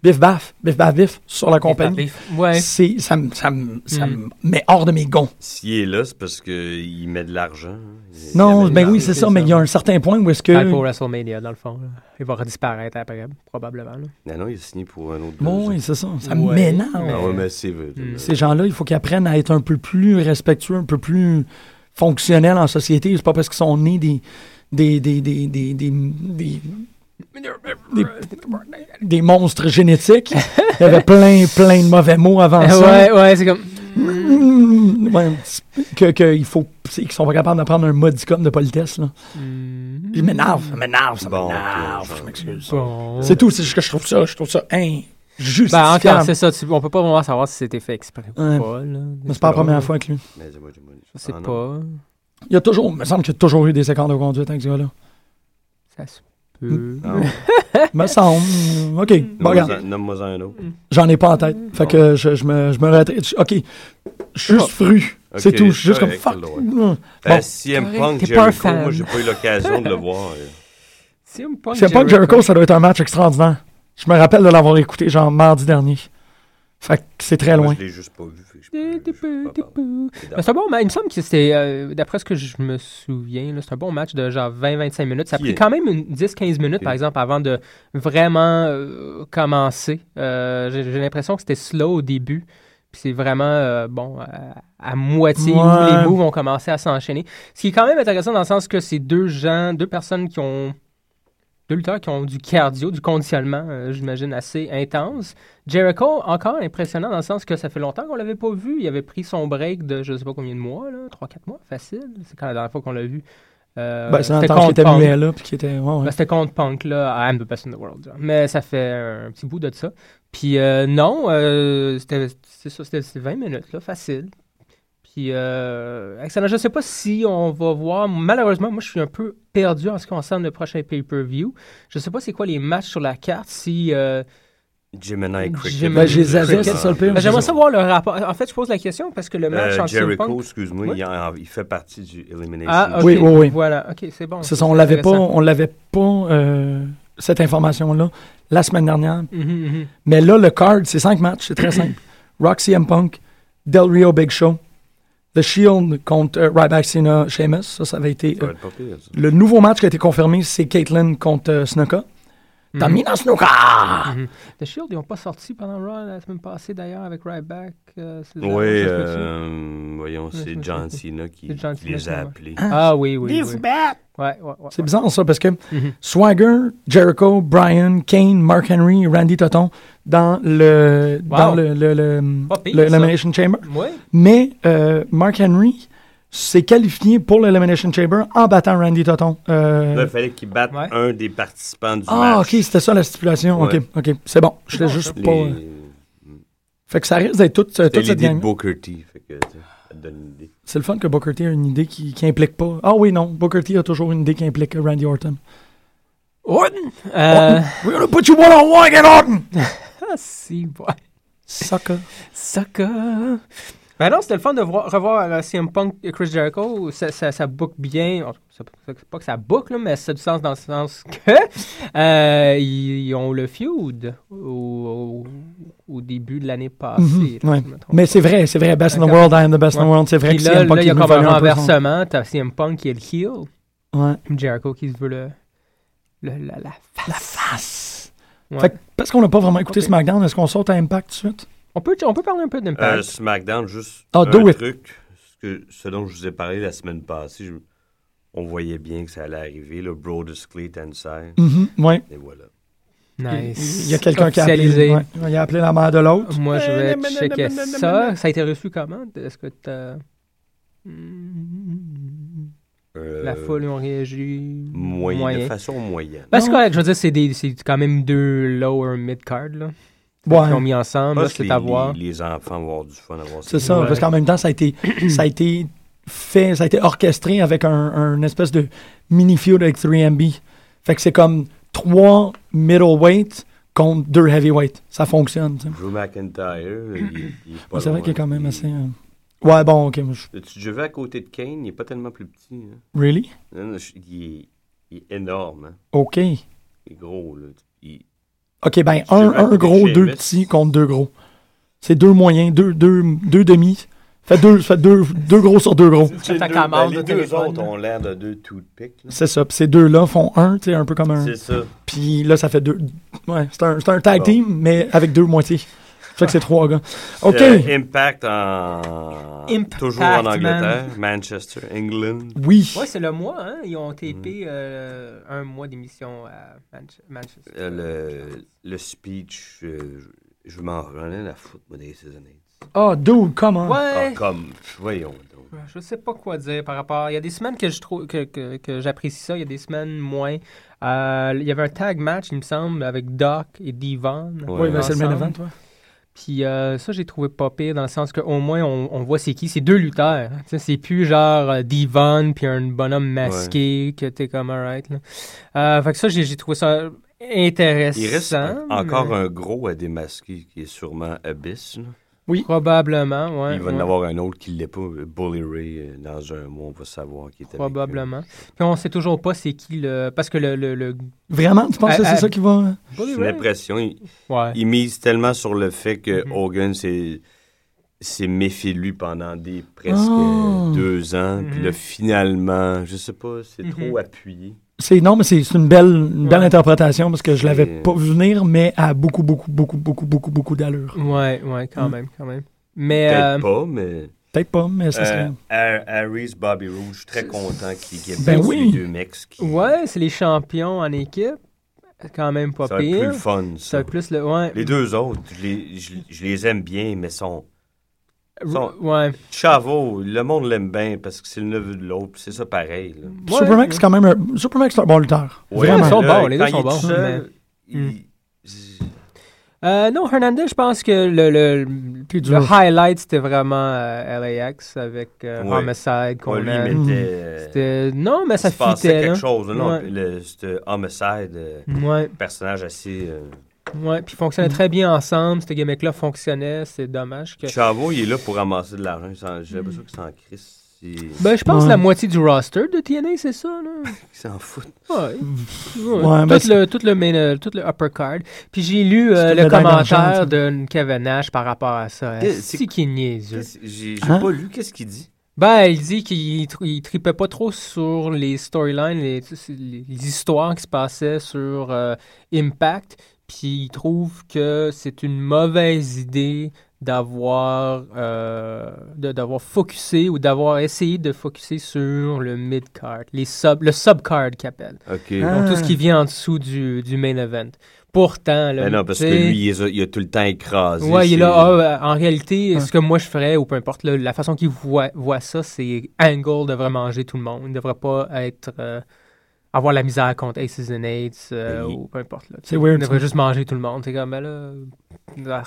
Biff, baff, biff, baff, biff sur la compagnie.
Ouais.
C'est, ça me ça me- ça
Mm.
me met hors de mes gonds.
S'il est là, c'est parce qu'il met de l'argent. hein. Il- il
Non,
met de
ben oui,
l'argent.
c'est ça, mais il y a un certain point où est-ce que.
Pas Pour WrestleMania, dans le fond. là. Il va redisparaître après, probablement. là.
Non, non, il a signé pour un autre.
Bon,
deux
oui,
ans.
c'est ça. Ça
Ouais.
m'énerve.
Ah ouais, mais c'est. euh,
Ces gens-là, il faut qu'ils apprennent à être un peu plus respectueux, un peu plus fonctionnels en société. C'est pas parce qu'ils sont nés des. Des, des, des, des, des, des, des- des monstres génétiques. Il y avait plein, plein de mauvais mots avant ça.
ouais, ouais, c'est comme.
Mm, ouais, que, que il faut, c'est qu'ils sont pas capables d'apprendre un modicum de politesse. Là. Je m'énerve, ça m'énerve, ça
Bon,
m'énerve.
ok,
je m'excuse.
Mhm. Bon.
C'est tout, c'est juste que je trouve ça, je trouve ça injustifiable.
Ben, encore, c'est ça. tu- on peut pas vraiment savoir si c'était fait exprès ou
Ouais.
pas. là.
Mais c'est pas la première fois avec lui.
mais dis-moi, dis-moi, dis-moi.
Je sais
Ah, non.
pas.
Il y a toujours, il me semble qu'il y a toujours eu des séquences de conduite avec ce gars-là.
Ça se
Mm.
peut.
Non,
me semble. OK. Bon,
nomme-moi-en-
regarde,
Nomme-moi un autre.
Mm.
j'en ai pas en tête. Fait que je, je me, je me retraite. Je- OK. Je suis juste fru. C'est
Oh. Ok,
tout. Je suis juste comme
correct,
fuck.
t'as le
Mm.
Ben,
Bon.
CM
Correct,
Punk,
t'es pas un
Jericho, moi,
fan.
j'ai pas eu l'occasion de le voir. euh.
CM Punk
C'est pas que Jericho, ça doit être un match extraordinaire. Je me rappelle de l'avoir écouté genre mardi dernier. Fait que c'est très
Moi,
loin.
Je l'ai juste pas vu. fait que je peux- je peux pas parler.
Ben,
C'est
C'est un bon match. Il me semble que c'était, euh, d'après ce que je me souviens, là, c'est un bon match de genre 20-25 minutes. Ça a
Qui
pris
est-
quand même une 10-15 minutes,
Ok.
par exemple, avant de vraiment euh, commencer. Euh, j'ai, j'ai l'impression que c'était slow au début. Puis c'est vraiment, euh, bon, à, à moitié où
Ouais.
les moves ont commencé à s'enchaîner. Ce qui est quand même intéressant dans le sens que c'est deux gens, deux personnes qui ont... Deux lutteurs qui ont du cardio, du conditionnement, euh, j'imagine, assez intense. Jericho, encore impressionnant dans le sens que ça fait longtemps qu'on l'avait pas vu. Il avait pris son break de je sais pas combien de mois, là, 3-4 mois, facile. C'est quand la dernière fois qu'on l'a vu. Euh,
Ben, c'est dans le
c'était
temps qu'il
contre
était
Punk.
muet là. Puis qu'il était. ouais, ouais.
Ben, C'était contre Punk, là, I'm the best in the world. genre. Mais ça fait un petit bout de ça. Puis euh, non, euh, c'était c'est ça, c'était c'était 20 minutes, là, facile. Puis, euh, excellent. Je sais pas si on va voir. Malheureusement, moi, je suis un peu perdu en ce qui concerne le prochain pay-per-view. Je sais pas c'est quoi les matchs sur la carte. Si. euh,
Gemini Cricket.
Gemini Ben, j'ai
Zazette,
Cricket.
c'est ça le pire.
ben, J'aimerais
C'est ça.
savoir le rapport. En fait, je pose la question parce que le match
Euh,
entre CM
Jericho,
Punk...
excuse-moi,
Ouais.
il, en- il fait partie du Elimination.
Ah, ok.
Oui, oui, oui.
Voilà, ok, c'est bon.
C'est ça, on l'avait pas,
intéressant.
on l'avait pas euh, cette information-là la semaine dernière.
Mhm, mhm.
Mais là, le card, c'est cinq matchs, c'est très simple. Roxy M. Punk, Del Rio Big Show, The Shield contre euh, Ryback Cena Sheamus. Ça, ça avait été.
Ça
euh,
va être pas pire, ça.
le nouveau match qui a été confirmé, c'est Caitlyn contre euh, Snuka.
Mm-hmm.
Tamina Snuka!
The Shield, ils n'ont pas sorti pendant Raw la semaine passée d'ailleurs avec Ryback. euh, c'est-
Oui,
je me souviens.
euh, voyons,
je
c'est
me
John
souviens.
Cena qui,
C'est John
qui les
Cena,
a
ouais.
appelés.
Ah oui, oui. oui. Ouais, ouais, ouais.
C'est bizarre ça, parce que
Mm-hmm.
Swagger, Jericho, Brian, Kane, Mark Henry, Randy Toton dans le
Wow.
dans le, le, le-
Pas pire,
le
ça.
Elimination Chamber.
Ouais.
Mais euh, Mark Henry s'est qualifié pour l'Elimination Chamber en battant Randy Toton. Euh,
Là, il fallait qu'ils battent
Ouais.
un des participants du
Ah,
match.
ok, c'était ça la stipulation.
Ouais.
Ok, ok, c'est bon. Je
Ah,
l'ai juste pas.
euh,
euh, Fait que ça risque d'être toute, euh,
C'était
toute cette
l'idée de
gang.
Booker T. Fait que, tu sais, ça te donne une idée.
C'est le fun que Booker T a une idée qui, qui implique pas. Ah oui, non, Booker T a toujours une idée qui implique euh, Randy Orton.
Orton! Euh,
We're gonna put you one on one again, Orton!
ah, si, ouais.
Sucker.
Saka. Ben non, c'était le fun de voir- revoir euh, CM Punk et Chris Jericho. Ça, ça, ça book bien. En tout cas, ça- ça- C'est pas que ça book, là, mais ça a du sens dans le sens que euh, ils, ils ont le feud au, au- au début de l'année passée.
Mhm,
là,
ouais.
si je me trompe
Mais
pas.
c'est vrai, c'est vrai. Best in the
D'accord.
world, I am the best in
Ouais.
the world. C'est vrai
Puis
que
là,
CM Punk
là, il y a
est
comme
revenu
un
un peu son-
renversement. T'as CM Punk qui est le heel.
Ouais.
Jericho qui se veut le, le- la, la face. Ouais.
Fait que parce qu'on n'a pas vraiment écouté
Ok.
SmackDown, est-ce qu'on saute à Impact tout de suite?
On, peut, on peut parler un peu d'Impact.
Euh, SmackDown, juste
Ah, do
un
it.
truc. Ce, que, ce dont je vous ai parlé la semaine passée, je- on voyait bien que ça allait arriver. Le Brodus Clay Tensai.
Mm-hmm.
Mhm, ouais.
Et voilà.
Nice.
Il y a quelqu'un qui a
Ah, Officialisé.
appelé. ouais. il a appelé la mère de l'autre.
Moi, je vais
Nanana,
checker
nanana,
ça.
nanana.
Ça a été reçu comment? Est-ce que t'as... Hmm, La
Euh,
foule, ils ont réagi...
moyen,
moyen.
De façon moyenne.
Ben, c'est correct. Je veux dire, c'est, des, c'est quand même deux lower mid-card, là.
Ouais.
Qu'ils ont mis ensemble, là,
Parce que
c'est à voir.
Les, les enfants vont avoir du fun à voir
C'est ça,
Ouais.
parce qu'en même temps, ça a été, ça a été fait, ça a été orchestré avec un, un espèce de mini feud avec 3MB. Fait que c'est comme trois middleweight contre deux heavyweight. Ça fonctionne. tu sais.
Drew McIntyre, il, il est pas
C'est vrai
loin.
qu'il est quand même assez. euh, Ouais, bon, ok. moi, je-
Tu je vais à côté de Kane, il n'est pas tellement plus petit. hein.
Really?
Non, non, je- il, est, il est énorme. hein.
Ok.
Il est gros. Là. Il-
Ok, ben,
Je
un,
dirais
un
que
gros, deux
Sheamus-
petits contre deux gros. C'est deux moyens, deux, deux, deux demi. Fait deux, fait deux, deux gros sur deux gros.
Les
ta
deux-
commande
ben,
de
les deux
téléphone,
autres
là.
ont l'air de deux toothpicks. là.
C'est ça. Puis ces deux-là font un, tu sais, un peu comme un.
C'est Ah. ça.
Puis là, ça fait deux. Ouais, c'est un, c'est un tag
Bon.
team, mais avec deux moitiés. C'est fait que c'est trois gars. OK.
Euh, Impact en.
Impact,
toujours en Angleterre,
man.
Manchester, England.
Oui.
Ouais, c'est le mois, hein? Ils ont
Mm.
tapé euh, un mois d'émission à Manche- Manchester.
Euh, le, le speech, euh, je- je m'en rendais la foutre, moi, des saisonniers.
Ah, dude, comment?
Ah,
Ouais!
comme, voyons donc.
Ben, Je sais pas quoi dire par rapport. Il y a des semaines que je trouve que, que, que j'apprécie ça, il y a des semaines moins. Euh, il y avait un tag match, il me semble, avec Doc et Divan.
Oui, ben, c'est le main
ensemble.
event, toi.
Puis euh, ça, j'ai trouvé pas pire dans le sens qu'au moins, on, on voit c'est qui. C'est deux lutteurs. hein. Tu sais, C'est plus genre euh, Devon puis un bonhomme masqué que t'es comme, alright. là. Euh, fait que ça, j'ai j'ai trouvé ça intéressant.
Il reste un- encore
mais
un gros à démasquer qui est sûrement Abyss. là.
Probablement, ouais.
Il va
ouais,
en avoir un autre qui l'est pas. euh, Bully Ray, euh, dans un mois, on va savoir qui est avec, euh,
Probablement. Puis on sait toujours pas c'est qui le. Parce que le. le, le...
Vraiment, tu penses
Euh,
que c'est
euh,
ça qui va.
J'ai l'impression, il,
Ouais.
il mise tellement sur le fait que
Mhm.
Hogan s'est s'est méfié de lui pendant des presque
Oh.
euh, deux ans. Puis
Mhm.
là, finalement, je sais pas, c'est
Mhm.
trop appuyé.
C'est, non, mais c'est, c'est une belle, une belle
Ouais.
interprétation parce que je l'avais
C'est-
pas vu venir, mais à beaucoup, beaucoup, beaucoup, beaucoup, beaucoup, beaucoup d'allure.
Ouais, ouais, quand
Mm.
même, quand même. Mais. euh,
Hmm. Peut-être pas, mais.
Peut-être pas, mais ça serait.
Euh, Har- Harry's Bobby Rouge, je suis très content qu'il qu'il ait
Ben
battu
oui.
les deux mecs. Qui...
Ouais, c'est les champions en équipe. Quand même pas
ça va être
pire.
plus le
Ça
fun,
va
ça.
être plus le. Ouais.
Les deux autres, je les, je- je les aime bien, mais sont. sont-
Ouais.
Chavo, le monde l'aime bien parce que c'est le neveu de l'autre, puis c'est ça pareil. là.
Ouais.
Supermax, c'est quand même un. Supermax, c'est un bon lutteur.
Ouais,
Vraiment.
ils sont
là,
bons, les
quand
deux sont
il est
bons, hmm.
tout seul, il-
Euh, non, Hernandez, je pense que le, le,
T'es
le
dur.
highlight, c'était vraiment euh, LAX avec euh,
Ouais.
Homicide
ouais,
qu'on
lui,
a. Mmh.
il
Mhm.
mettait, euh,
C'était- Non, mais
il
ça
se passait
fitait.
quelque
Là.
chose. Non,
Ouais.
le, ce homicide, euh,
Ouais,
personnage assez. euh,
ouais. Puis ils fonctionnaient très bien ensemble. Ce gimmick-là fonctionnait. C'est dommage que.
Chavo, il est là pour ramasser de l'argent. il s'en- J'ai l'impression qu'il s'en crisse. Il,
Ben, je pense
Ouais.
la moitié du roster de TNA, c'est ça, là.
il s'en fout.
Ouais.
Ouais,
Ouais,
mais
tout,
c'est-
le, tout, le main, euh, tout le upper card. Puis j'ai lu euh,
C'est une
le
médaille
commentaire
d'argent,
de Kevin Nash par rapport à ça.
Qu'est-
C'est
c'est-
qui niaise.
Qu'est-ce- J'ai j'ai
Hein?
pas lu, qu'est-ce qu'il dit?
Ben, il dit qu'il tr- il tripait pas trop sur les storylines, les, les histoires qui se passaient sur euh, Impact, puis il trouve que c'est une mauvaise idée d'avoir euh, de- d'avoir focusé ou d'avoir essayé de focuser sur le mid card, les sub le sub card qu'il appelle,
OK.
Hein?
donc tout
Ah.
ce qui vient en dessous du, du main event. Pourtant, là,
Ben non, parce
tu
que
sais,
lui, il, les a, il a tout le temps écrasé.
Ouais, il est
c'est-
là. Ah, ouais, en réalité,
Ouais.
ce que moi je ferais, ou peu importe, là, la façon qu'il voit, voit ça, c'est Angle devrait manger tout le monde. Il ne devrait pas être. euh, avoir la misère contre Aces and Eights, euh,
Ben, il-
ou peu importe. là.
C'est weird,
Il devrait
ça.
juste manger tout le monde. C'est comme, ben là. ah.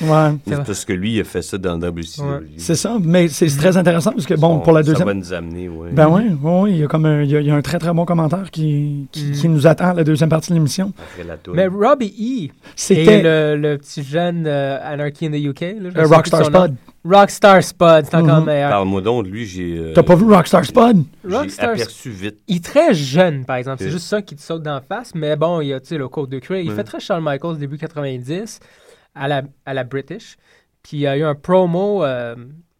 Ouais.
C'est parce que lui, il a fait ça dans WCW.
C'est ça, mais c'est, c'est très intéressant parce que, bon,
Ça-
pour la
Ça
deuxième.
va nous amener, ouais.
Ben oui, il y a comme un, il y a, il y a un très très bon commentaire qui, qui,
Mm.
qui nous attend à la deuxième partie de l'émission.
Après la tour.
Mais Robbie E. Et
C'était
le, le petit jeune euh, Anarchy in the UK. là, je me
euh,
souviens plus
Rockstar
de son nom.
Spud.
Rockstar Spud, c'est encore
Mhm.
meilleur.
Parle-moi donc de lui, j'ai... euh,
T'as pas vu Rockstar Spud?
J'ai
Rockstar
aperçu vite.
Il est très jeune, par exemple. C'est
Ok.
juste ça qui te saute d'en face. Mais bon, il y a tu sais, le code de Cray. Il
Ouais.
fait très Charles Michaels début 90 à la, à la British. Puis il y a eu un promo euh,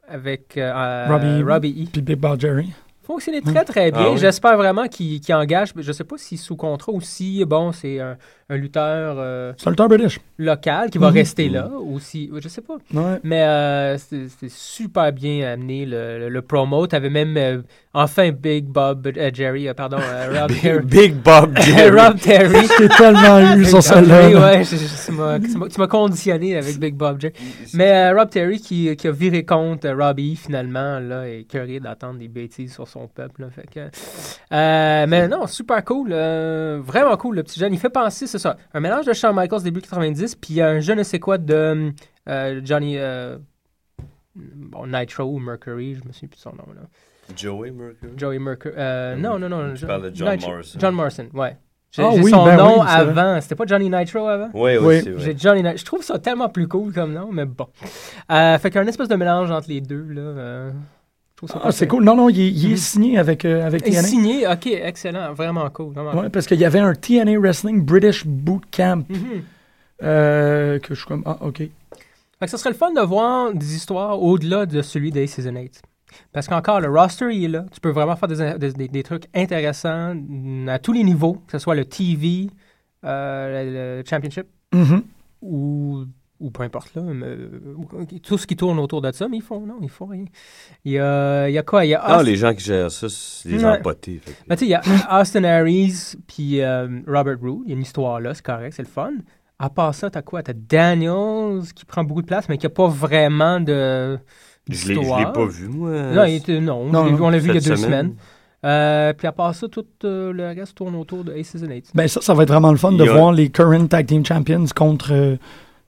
avec euh,
Robbie-
Robbie E.
Puis Big Bad Jerry.
Fonctionnait très, très bien.
Ah oui?
J'espère vraiment qu'il qu'il engage. Je sais pas si sous contrat ou si, bon, c'est un, un lutteur. euh,
C'est un lutteur british.
local qui va
Mhm.
rester là aussi. Je sais pas.
Ouais.
Mais euh, c'était c'était super bien amené le, le, le promo. T'avais même euh, enfin Big Bob euh, Jerry, euh, pardon, euh, Rob Terry.
Big Bob Jerry.
Rob Terry.
J'ai tellement eu
Big
sur
Bob Jerry,
celle-là.
ouais, je- je- tu m'as- tu m'as- tu m'as conditionné avec Big Bob Jerry. Mais euh, Rob Terry qui, qui a viré contre euh, Robbie finalement, là, est curé d'attendre des bêtises sur son peuple. là, fait que, euh, mais non, super cool. euh, vraiment cool le petit jeune. Il fait penser, c'est ça, un mélange de Shawn Michaels début 90 puis un je ne sais quoi de euh, Johnny euh, bon, Nitro ou Mercury, je me souviens plus de son nom. Là.
Joey Mercury.
Joey Mercury. euh, non, non, non.
Mm. Tu
Jo-
parles de John
Nitro-
Morrison.
John Morrison, ouais. J'ai
Ah
j'ai
oui,
son
ben
nom
oui, c'est vrai.
avant. C'était pas Johnny Nitro avant?
Oui,
Oui.
oui, c'est
J'ai
vrai.
Johnny Nitro. Je trouve ça tellement plus cool comme nom, mais bon. Euh, fait qu'un espèce de mélange entre les deux, là. euh, je trouve ça
Ah,
parfait.
c'est cool. Non, non, il, est- il est
Mhm.
signé avec, euh, avec
Et
TNA.
signé, ok, excellent, vraiment cool. Vraiment
Ouais, parce qu'il y avait un TNA Wrestling British Boot Camp
cool. Mhm.
euh, que je suis comme, ah, OK.
Fait que ça serait le fun de voir des histoires au-delà de celui des Season 8. Parce qu'encore, le roster, il est là. Tu peux vraiment faire des, des- des- des trucs intéressants mm, à tous les niveaux, que ce soit le TV, euh, le- le Championship, Mm-hmm.
Mhm.
ou, ou peu importe, là, mais, euh, tout ce qui tourne autour de ça, mais ils font, non, ils font rien. Il y a, il y a quoi? Il y a
Non,
Aust-
Ah, les gens qui gèrent ça, c'est les
Ah, Ouais.
gens potés. fait que-
Ben, tu sais, il y a Austin Aries puis euh, Robert Roode. Il y a une histoire là, c'est correct, c'est le fun. À part ça, t'as quoi? T'as Daniels qui prend beaucoup de place, mais qui a pas vraiment de.
Je l'ai- je
d'histoire.
l'ai pas vu, moi.
Non, il était- non,
Non,
je l'ai
non,
vu- on l'a vu il y a
Euh, cette
deux
semaine.
semaines. Euh, puis à part ça, tout euh, le reste tourne autour de Aces and Eights.
Ben ça, ça va être vraiment le fun
Il
de
y a-
voir les current tag team champions contre euh,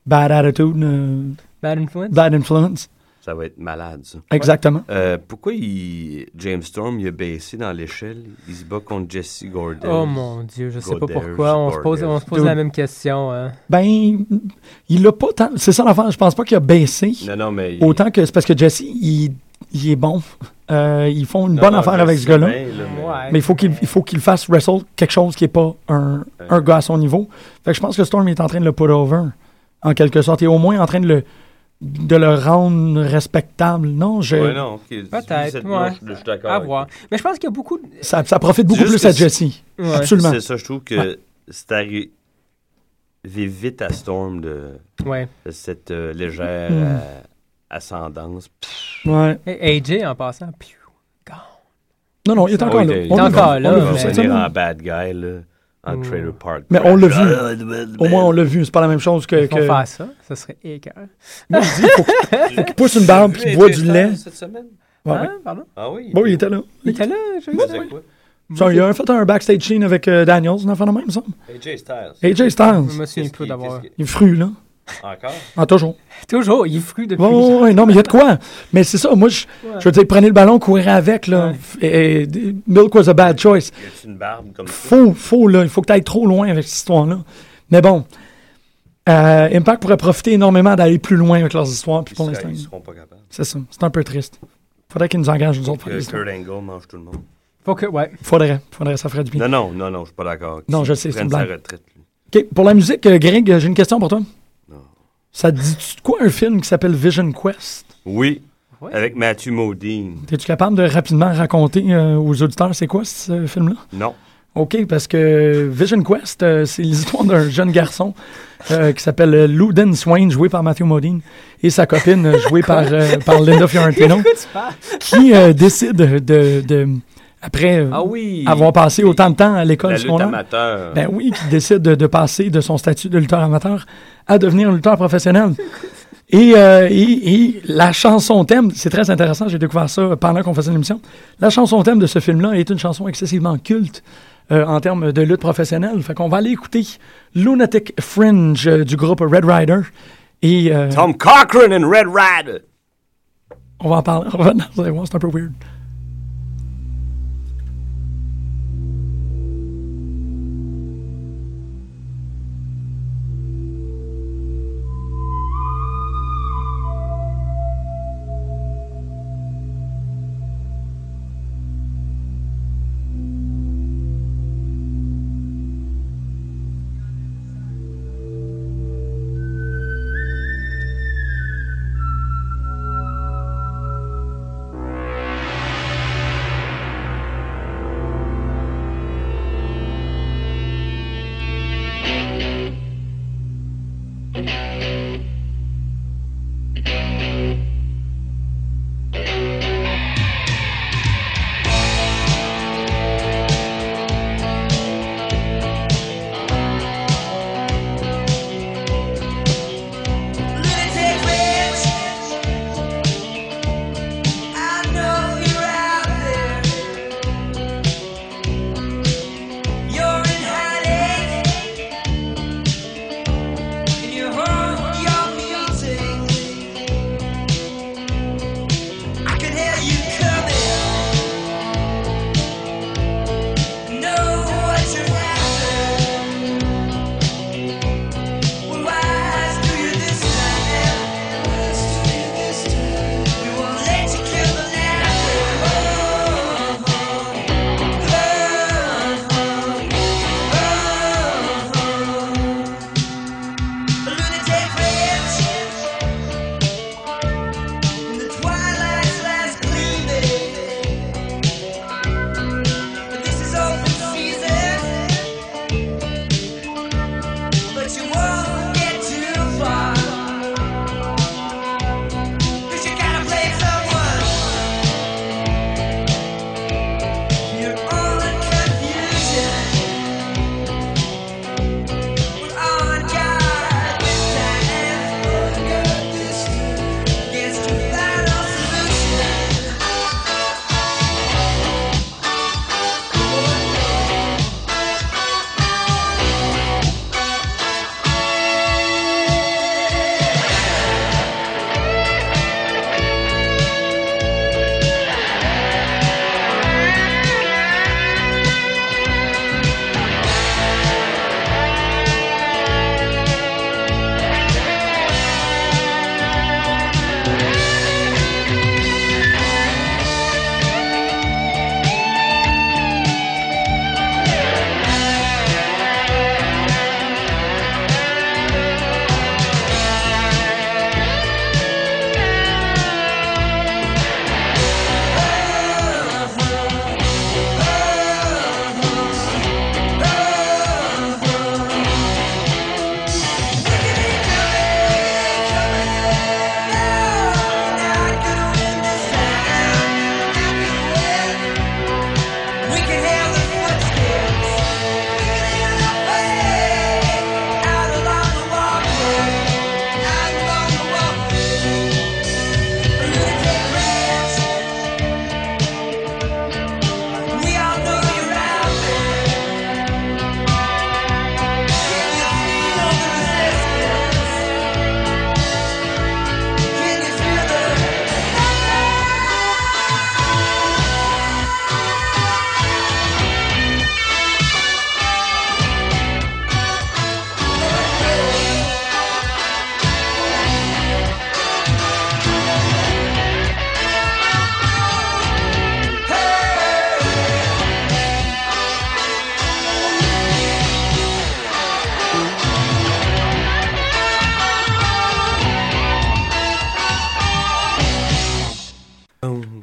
Bad Attitude, euh,
Bad Influence?
Bad Influence.
Ça va être malade, ça.
Exactement.
Euh, pourquoi il- James Storm il a baissé dans l'échelle? Il se bat contre Jesse Gordon.
Oh mon dieu, je sais pas
Goddard,
pourquoi. On se pose, on se pose
Dude.
la même question. hein.
Ben, il l'a pas tant. C'est ça l'affaire. Je pense pas qu'il a baissé
Non, non, mais... il-
autant que c'est parce que Jesse, il, il est bon. Euh, ils font une
Non, ben,
bonne
non,
affaire
je
avec ce
sais
gars-là.
bien, là, mais-
Ouais.
Mais il faut qu'il il faut qu'il fasse wrestle quelque chose qui n'est pas un, un gars à son niveau. Fait que je pense que Storm est en train de le put over, en quelque sorte. Il est au moins en train de le, de le rendre respectable. Non, je,
Ouais, non, ok.
Peut-être, ouais.
Cette- non, je- Je suis d'accord.
À
avec
voir.
toi.
Mais je pense qu'il y a beaucoup de.
ça, ça profite beaucoup
Juste
plus
que
à
c'est-
Jesse.
Ouais.
Absolument.
C'est ça, je trouve que c'est arrivé vite à Storm de,
Ouais.
de cette euh, légère
Mm.
euh, ascendance.
Ouais.
Et AJ en passant. piou.
Non, non, il est encore
Ah Oui,
là.
il est
On l'a vu.
encore
On
là,
Il
l'a
va
vu
mais-
cette
finir
semaine. Hmm.
en bad guy, là, en
Mm.
trailer park.
Mais on l'a
Ah,
Au moins, on l'a vu. C'est pas la même chose que.
Ils font
Euh, que-
faire ça. Ça serait Hein? écœur.
Moi, je dis, faut qu'il faut qu'il pousse une barbe puis qu'il boit du lait.
Cette semaine?
Ouais, ouais.
Hein, pardon?
Ah oui.
Bon, il était là.
Il était là, je
Il faisait quoi?
Ça, il a fait un backstage scene avec euh, Daniels, une affaire de même, ça.
AJ Styles.
AJ
Je
Styles.
me souviens plus d'avoir.
Il est fru, là.
Encore?
Ah, toujours.
Toujours, il est fru depuis.
Ouais, ouais, ouais, non, mais il y a de quoi. Mais c'est ça, moi, je,
Ouais.
je veux dire, prenez le ballon, courez avec, là. Et- et- Milk was a bad choice.
Y a-tu une barbe comme ça?
Faux, faux, là. Il faut que tu ailles trop loin avec cette histoire-là. Mais bon, euh, Impact pourrait profiter énormément d'aller plus loin avec leurs histoires, puis
Ils
pour
seraient-
l'instant,
Ils seront pas capables.
c'est ça. C'est un peu triste. Faudrait qu'ils nous engagent, nous autres, pour
Que
les histoires.
Kurt Angle mange tout le monde.
Faut que, ouais.
Faudrait, faudrait, ça ferait du bien.
Non, non, non, non, je suis pas d'accord.
Non, je
Qu'il
sais, c'est
prenne
une
sa
blague.
retraite, lui.
OK, pour la musique, euh, Greg, euh, j'ai une question pour toi.
Non.
Ça te dit-tu de quoi un film qui s'appelle Vision Quest?
Oui,
Ouais.
avec Matthew Modine.
Es-tu capable de rapidement raconter euh, aux auditeurs c'est quoi ce film-là?
Non.
OK, parce que Vision Quest, euh, c'est l'histoire d'un jeune garçon euh, qui s'appelle euh, Luden Swain, joué par Matthew Modine, et sa copine, euh, jouée par, euh, par Linda Fiorentino, qui euh, décide de, de- après euh,
Ah oui!
avoir passé autant de temps à
La
l'école
lutte
secondaire,
amateur.
Ben oui, qui décide de, de passer de son statut de lutteur amateur à devenir un lutteur professionnel. Et, euh, et- et la chanson thème, c'est très intéressant, j'ai découvert ça pendant qu'on faisait l'émission. La chanson thème de ce film-là est une chanson excessivement culte euh, en termes de lutte professionnelle. Fait qu'on va aller écouter Lunatic Fringe euh, du groupe Red Rider. Et euh,
Tom Cochran and Red Rider.
on va en parler. en revenant. Vous allez voir, c'est un peu weird.
Thank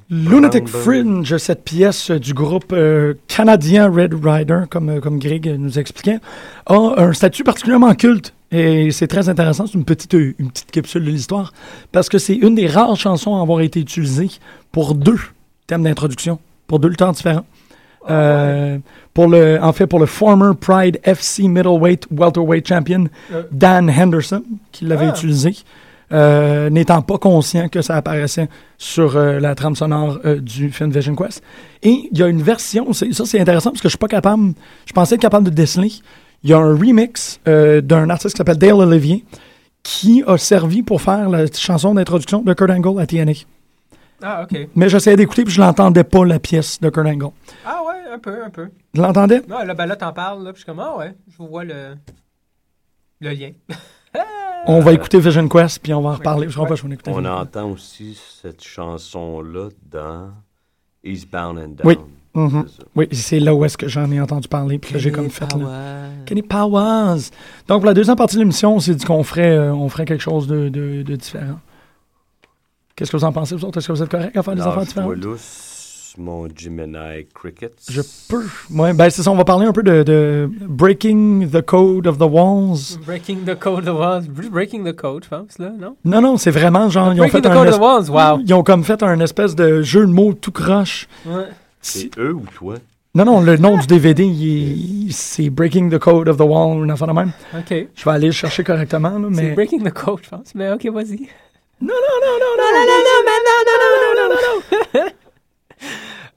Lunatic Fringe, cette pièce du groupe euh, canadien Red Rider, comme, euh, comme Greg nous expliquait, a un statut particulièrement culte. Et c'est très intéressant, c'est une petite, euh, une petite capsule de l'histoire, parce que c'est une des rares chansons à avoir été utilisée pour deux thèmes d'introduction, pour deux lutteurs différents. Euh, pour le, en fait, pour le former Pride FC Middleweight Welterweight Champion
Euh.
Dan Henderson, qui l'avait
Ah.
utilisé, euh, n'étant pas conscient que ça apparaissait sur euh, la trame sonore euh, du film Vision Quest. Et il y a une version, c'est- ça c'est intéressant parce que je suis pas capable, je pensais être capable de déceler. Il y a un remix euh, d'un artiste qui s'appelle Dale Olivier qui a servi pour faire la chanson d'introduction de Kurt Angle à TNA.
Ah, OK.
Mais j'essayais d'écouter puis je l'entendais pas la pièce de Kurt Angle.
Ah ouais, un peu, un peu.
Je l'entendais?
Non, là, ben là, t'en parles, là, puis je suis comme, ah ouais, je vois le, le lien.
On
Euh,
va écouter Vision Quest, puis on va en reparler. Je crois
Ouais.
pas, je vais en écouter.
On entend aussi cette chanson-là dans Eastbound and Down.
Oui. Mhm.
C'est ça.
Oui, c'est là où est-ce que j'en ai entendu parler, puis que j'ai comme fait. là. Kenny Powers. Donc, pour la deuxième partie de l'émission, on s'est dit qu'on ferait, euh, on ferait quelque chose de, de- de différent. Qu'est-ce que vous en pensez, vous autres? Est-ce que vous êtes correct à faire des affaires
Lâche-moi
différentes?
lousse, mon Gemini Crickets.
Je peux. Ouais, ben c'est ça, on va parler un peu de, de Breaking the Code of the Walls.
Breaking the Code of Walls. Breaking the Code, je pense, là, non?
Non, non, c'est vraiment genre, ils ont,
Breaking
fait
the
un
Code of
es-
the Walls, wow.
ils ont comme fait un espèce de jeu de mots tout croche.
Ouais.
C'est eux ou toi?
Non, non, le nom du DVD, il est- c'est Breaking the Code of the Wall, une affaire de même.
OK.
Je vais aller le chercher correctement, là,
C'est
mais...
Breaking the Code, je pense. Mais OK, vas-y.
Non, non, non, non, non, non, non, non, non, non, non, non, non,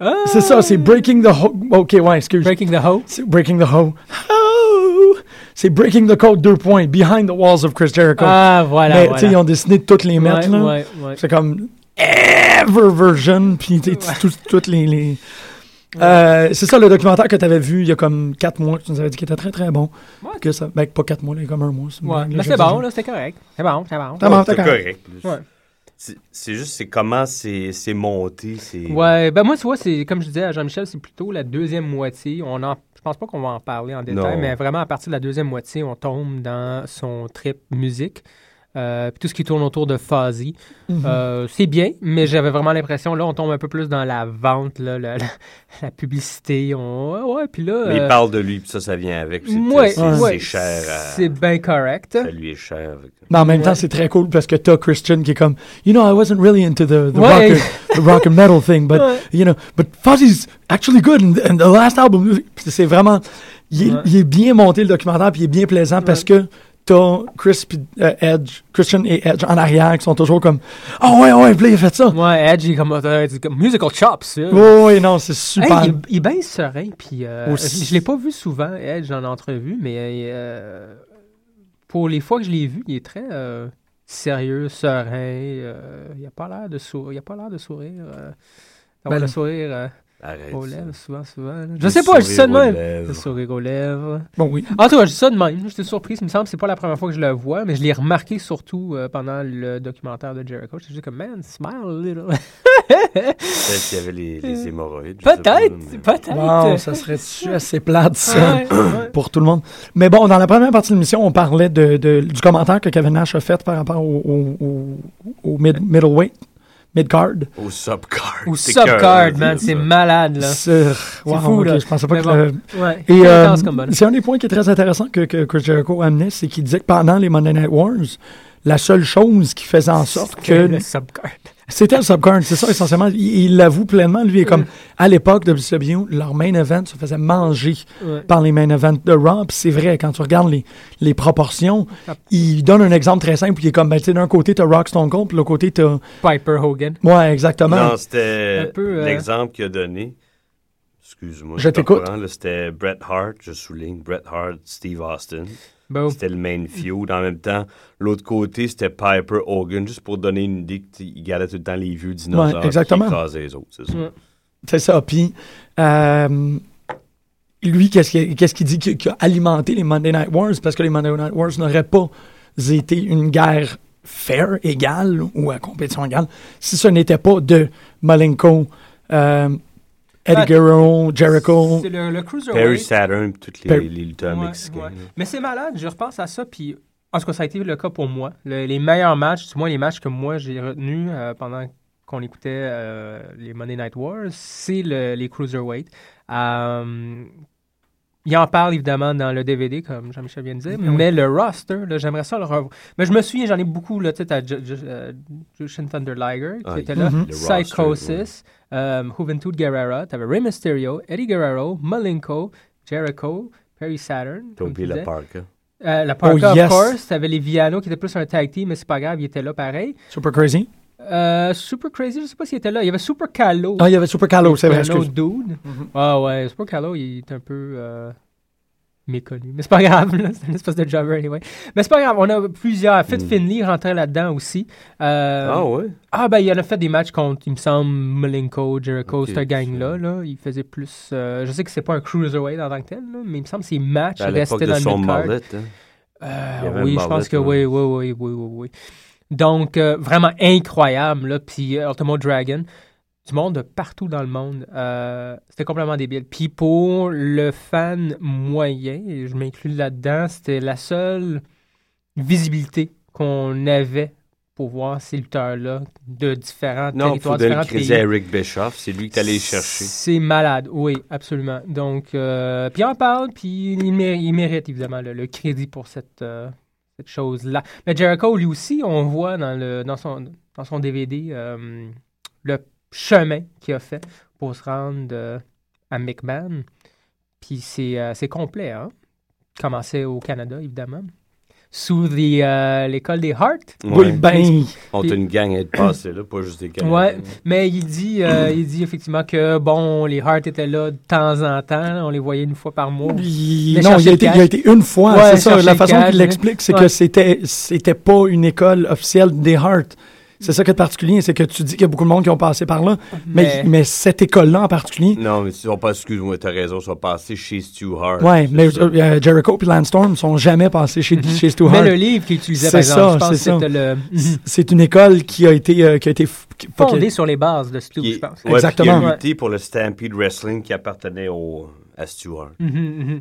C'est ça, c'est Breaking the Ho... OK, ouais, excuse.
Breaking the Hope.
C'est Breaking the Ho... Ho! C'est Breaking the Code, deux points, Behind the Walls of Chris Jericho.
Ah, voilà,
mais, tu sais,
voilà.
ils ont dessiné toutes les
ouais,
mètres, là.
ouais, ouais.
C'est comme Ever Version, puis tu sais, tout- toutes les. les- Euh, c'est ça le documentaire que tu avais vu il y a comme 4 mois, que tu nous avais dit qu'il était très très bon.
Ouais.
Que ça, ben, pas 4 mois, là, comme un mois. une
Ouais.
blague,
Mais
je
c'est
sais.
bon, là, c'est correct. C'est bon, c'est bon.
T'as mangé,
Oh, C'est
Ah, t'as correct.
correct.
Ouais.
C'est- C'est juste, c'est comment c'est c'est monté. c'est-
Ouais, ben moi, tu vois, c'est comme je disais à Jean-Michel, c'est plutôt la deuxième moitié. On en, je pense pas qu'on va en parler en détail,
Non.
mais vraiment, à partir de la deuxième moitié, on tombe dans son trip musique. Euh, puis tout ce qui tourne autour de Fuzzy. Euh, c'est bien, mais j'avais vraiment l'impression, là, on tombe un peu plus dans la vente, là, la, la- la publicité. On... Ouais, ouais, puis là.
Mais
euh,
il parle de lui, puis ça, ça vient avec. C'est
ouais,
c'est-
ouais,
c'est cher. à-
C'est bien correct.
Ça lui est cher. avec-
Mais en même
Ouais.
temps, c'est très cool parce que t'as Christian qui est comme, you know, I wasn't really into the, the,
Ouais.
rock, and, the rock and metal thing, but,
Ouais.
you know, but Fuzzy's actually good and, and the last album. Puis C'est vraiment, il est,
Ouais.
il est bien monté le documentaire, puis il est bien plaisant parce que t'as Chris puis, euh, Edge, Christian et Edge en arrière qui sont toujours comme, oh ouais, ouais, puis là, il a fait ça.
Moi, Edge, il est comme, euh, il est comme musical chops. là.
Oh, oui, non, c'est super.
Hey, il, il est bien serein, puis euh,
Aussi.
je, je l'ai pas vu souvent, Edge, en entrevue, mais euh, pour les fois que je l'ai vu, il est très euh, sérieux, serein, euh, il a pas l'air de sourire, il a pas l'air de sourire, euh, d'avoir
Ben,
le sourire euh,
Arrête.
aux
ça.
lèvres, souvent, souvent. là. Je
Le
sais pas, je dis ça de
sourire aux
même.
lèvres.
Le sourire aux lèvres.
Bon, oui.
En tout cas, je dis ça de même. J'étais surprise, il me semble, que c'est pas la première fois que je le vois, mais je l'ai remarqué surtout euh, pendant le documentaire de Jericho. J'étais juste comme, man, smile a little.
Peut-être qu'il y avait les, les hémorroïdes. je sais pas, mais-
Euh, Peut-être, peut-être.
Wow, ça serait-tu assez plate, ça?
Ouais, ouais.
pour tout le monde. Mais bon, dans la première partie de l'émission, on parlait de, de- du commentaire que Kevin Nash a fait par rapport au, au- au- au mid- middleweight, mid-card.
Au subcard.
Ou
C'est cœur,
Subcard,
là,
man,
ça.
c'est malade, là.
Sur... Wow,
fou,
ok,
là.
je pensais pas
Mais
que
bon.
le-
Ouais.
Et, euh,
intense comme bonne.
c'est un des points qui est très intéressant que, que Chris Jericho amenait, c'est qu'il disait que pendant les Monday Night Wars, la seule chose qui faisait en sorte
C'était
que...
le subcard.
C'était le subcard, c'est ça, essentiellement. Il- Il l'avoue pleinement, lui, est comme... À l'époque, WCW, E, leur main event se faisait manger
Ouais.
par les main events de Raw. puis C'est vrai, quand tu regardes les, les proportions, il donne un exemple très simple. Il est comme, ben, tu sais, d'un côté, t'as Rock Stone Cold, puis de l'autre côté, t'as...
Piper Hogan.
Ouais, exactement.
Non, c'était
Un peu, euh,
l'exemple qu'il a donné. Excuse-moi.
Je
te
t'écoute.
reprends, là, C'était Bret Hart, je souligne, Bret Hart, Steve Austin.
Oh.
Bon.
C'était le main feud. En même temps, l'autre côté, c'était Piper Hogan, juste pour donner une idée qu'il gardait tout le temps les vieux dinosaures
Ouais, exactement. Mm.
qui écrasaient les autres. C'est ça.
Ouais.
C'est ça. Puis, euh, lui, qu'est-ce qu'il qu'est-ce qu'il dit qui, qui a alimenté les Monday Night Wars? Parce que les Monday Night Wars n'auraient pas été une guerre fair, égale, ou à compétition égale, si ce n'était pas de Malenko, euh, Eddie
Ah,
Guerrero, Jericho.
C'est le, le Cruiserweight.
Perry Saturn, puis tous les,
Perry-
les lutteurs
Ouais,
mexicains.
ouais.
là.
Mais c'est malade, je repense à ça, puis en tout cas, ça a été le cas pour moi. Le- les meilleurs matchs, du moins les matchs que moi j'ai retenus euh, pendant qu'on écoutait euh, les Monday Night Wars, c'est le- les Cruiserweight. Euh, il en parle évidemment dans le DVD, comme Jean-Michel vient de dire, mais le roster, là, j'aimerais ça le revoir. Mais je me souviens, j'en ai beaucoup, là, tu sais, à Jushin euh, Thunder Liger, qui
Ah,
était
il-
Mm-hmm.
là,
Mhm. le roster,
Psychosis, euh, Juventud Guerrera, t'avais Rey Mysterio, Eddie Guerrero, Malenko, Jericho, Perry Saturn, comme tu
Toby
disais.
La Parker.
Euh, la Parker,
Oh, yes.
of course. T'avais les Viano qui étaient plus un tag team, mais c'est pas grave, ils étaient là pareil.
Super Crazy.
Euh, Super Crazy, je sais pas s'il était là. Il y avait Super Calo.
Ah, il y avait Super Calo, c'est vrai, Mm-hmm.
Un autre
excuse.
dude. Ah ouais, Super Calo, il est un peu euh, méconnu. Mais c'est pas grave, là, c'est une espèce de jobber anyway. Mais c'est pas grave, on a plusieurs. Fit Finley rentrait là-dedans aussi. Euh,
Mm. Ah ouais?
ah, ben, il en a fait des matchs contre, il me semble, Malenko, Jericho,
Ok,
cette gang-là. Là. Il faisait plus. euh, je sais que c'est pas un cruiserweight en tant que tel, là, mais il me semble que ses matchs
Ben, À l'époque
restaient
de
dans le
son
mid-card.
mallet. Hein?
Euh,
Il y avait
oui,
une
je pense
barrette,
que oui, oui,
ouais.
oui, oui, oui, oui. Donc, euh, vraiment incroyable, là. Puis, euh, Ultimo Dragon, du monde de partout dans le monde. Euh, c'était complètement débile. Puis, pour le fan moyen, et je m'inclus là-dedans, c'était la seule visibilité qu'on avait pour voir ces lutteurs-là de différents
Non,
territoires,
Foudel
différents
crédit à
pays.
Eric Bischoff. C'est lui qui t'allait chercher.
C'est malade, oui, absolument. Donc, euh, puis on parle, puis il, mé- il mérite évidemment le, le crédit pour cette, euh, cette chose-là. Mais Jericho, lui aussi, on voit dans, le, dans, son, dans son DVD euh, le chemin qu'il a fait pour se rendre euh, à McMahon. Puis c'est euh, c'est complet, hein? Commencé au Canada, évidemment. Sous the, euh, l'école des Hearts.
Oui,
Ouais.
ben.
On a une gang à être passée, là, pas juste des Canadiens.
Ouais, mais il dit, euh, il dit effectivement que bon, les Hearts étaient là de temps en temps, on les voyait une fois par mois.
il-
Mais
non, il
chercher
a, été,
le
il a été une fois,
Ouais,
c'est ça.
chercher
La
le
façon
cash,
qu'il l'explique, c'est
ouais.
que c'était c'était pas une école officielle des Hearts. C'est ça qui est particulier, c'est que tu dis qu'il y a beaucoup de monde qui ont passé par là,
Mais-
mais, mais cette école-là en particulier,
Non, mais ils sont pas, excuse-moi, t'as raison, ils sont passés chez Stu Hart.
ouais,
C'est
mais
ça.
euh, Jericho et Landstorm sont jamais passés chez, chez Stu
Mm-hmm. Mais
Hart.
le livre qu'il utilisait, par
C'est
exemple,
ça,
je pense que
c'est ça.
c'était le Mhm.
C'est une école qui a été, euh, qui a été f- qui- pas qui-
fondé sur les bases de Stu,
Qui-
je pense.
ouais,
Exactement.
puis Il a lutté pour le Stampede Wrestling qui appartenait au, à Stu Hart.
Mhm, mhm.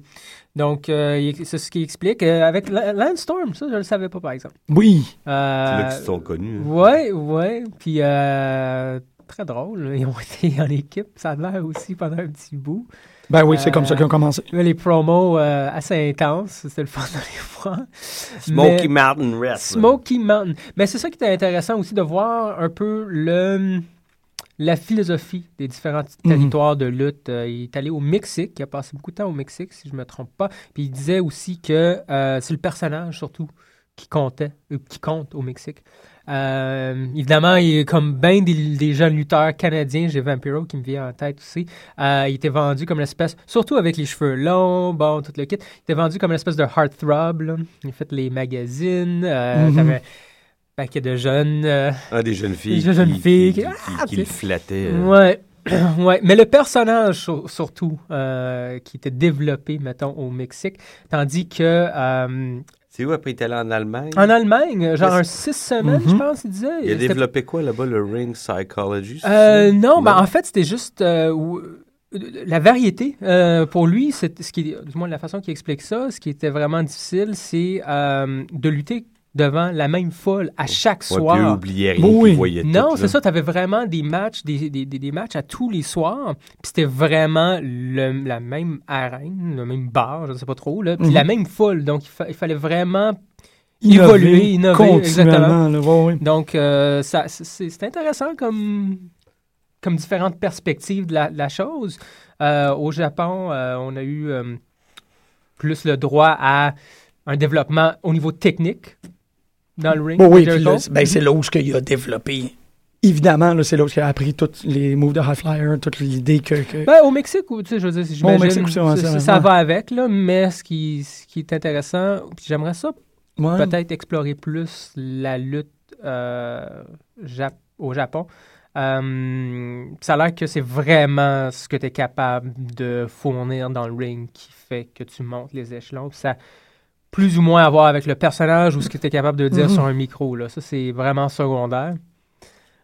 Donc, euh, il- c'est ce qu'il explique. Euh, avec La- Landstorm, ça, je le savais pas, par exemple.
Oui,
C'est là
Euh,
qu'ils se sont connus. hein.
Ouais, ouais. Puis, euh, très drôle. Ils ont été en équipe, ça a l'air aussi pendant un petit bout.
ben oui, c'est
Euh,
comme ça qu'ils ont commencé.
Mais les promos euh, assez intenses, c'était le fun de les voir.
Smoky
Mais-
Mountain Wrestling.
Smoky Mountain. Mais c'est ça qui était intéressant aussi de voir un peu le la philosophie des différents t-
Mhm.
territoires de lutte. Euh, il est allé au Mexique, il a passé beaucoup de temps au Mexique, si je ne me trompe pas. Puis il disait aussi que euh, c'est le personnage surtout qui comptait, euh, qui compte au Mexique. Euh, évidemment, il, comme bien des, des jeunes lutteurs canadiens, j'ai Vampiro qui me vient en tête aussi, euh, il était vendu comme l'espèce, surtout avec les cheveux longs, bon, tout le kit, il était vendu comme l'espèce de heartthrob. là. Il a fait les magazines, euh,
Mm-hmm.
Mhm.
t'avais un paquet de jeunes... euh,
Ah, des jeunes filles.
Des jeunes
qui-
filles
Qui,
qui-
qui,
Ah,
qui le
puis-
flattaient. euh.
Ouais. ouais, mais le personnage sur- surtout euh, qui était développé, mettons, au Mexique, tandis que euh,
C'est où après, il était allé en Allemagne?
en Allemagne, genre
Mais
un six semaines, je pense, il disait.
Mm-hmm. Il a
c'était-
développé quoi là-bas, le ring psychology? c'est
Euh,
ça?
non, ben, en fait, c'était juste euh, ou- la variété. Euh, pour lui, c'est ce qui, du moins la façon qu'il explique ça, ce qui était vraiment difficile, c'est euh, de lutter devant la même foule à chaque
Ouais,
soir.
puis eux oubliaient rien,
Oui,
qu'ils
oui.
voyaient
Ben Non,
tout,
c'est
là.
ça. Tu avais vraiment des matchs, des, des, des- des matchs à tous les soirs. Puis c'était vraiment le- la même arène, le même bar, je ne sais pas trop. Là, puis
Mm-hmm.
Mhm.
la même foule. Donc, il, fa- il fallait vraiment. Évoluer, innover,
continuellement. là, ouais, ouais.
Donc, euh, ça, c'est- c'est c'est intéressant comme, comme différentes perspectives de la, de la chose. Euh, au Japon, euh, on a eu euh, plus le droit à un développement au niveau technique dans le ring.
Bon, oui,
Jericho.
puis là, c'est- ben, c'est là où ce qu'il a développé. Évidemment, là, c'est là où il a appris tous les moves de High Flyer, toute l'idée que. que-
Ben, au Mexique, ou, tu sais, je veux dire, j'imagine,
Mexique aussi, ouais,
ça,
c'est-
ça
ouais.
va avec, là, mais ce qui, ce qui est intéressant, puis j'aimerais ça
Ouais.
peut-être explorer plus la lutte euh, Jap- au Japon. Euh, ça a l'air que c'est vraiment ce que tu es capable de fournir dans le ring qui fait que tu montes les échelons. Puis Ça a plus ou moins à voir avec le personnage ou ce que tu es capable de dire
Mhm.
sur un micro. Là. Ça, c'est vraiment secondaire.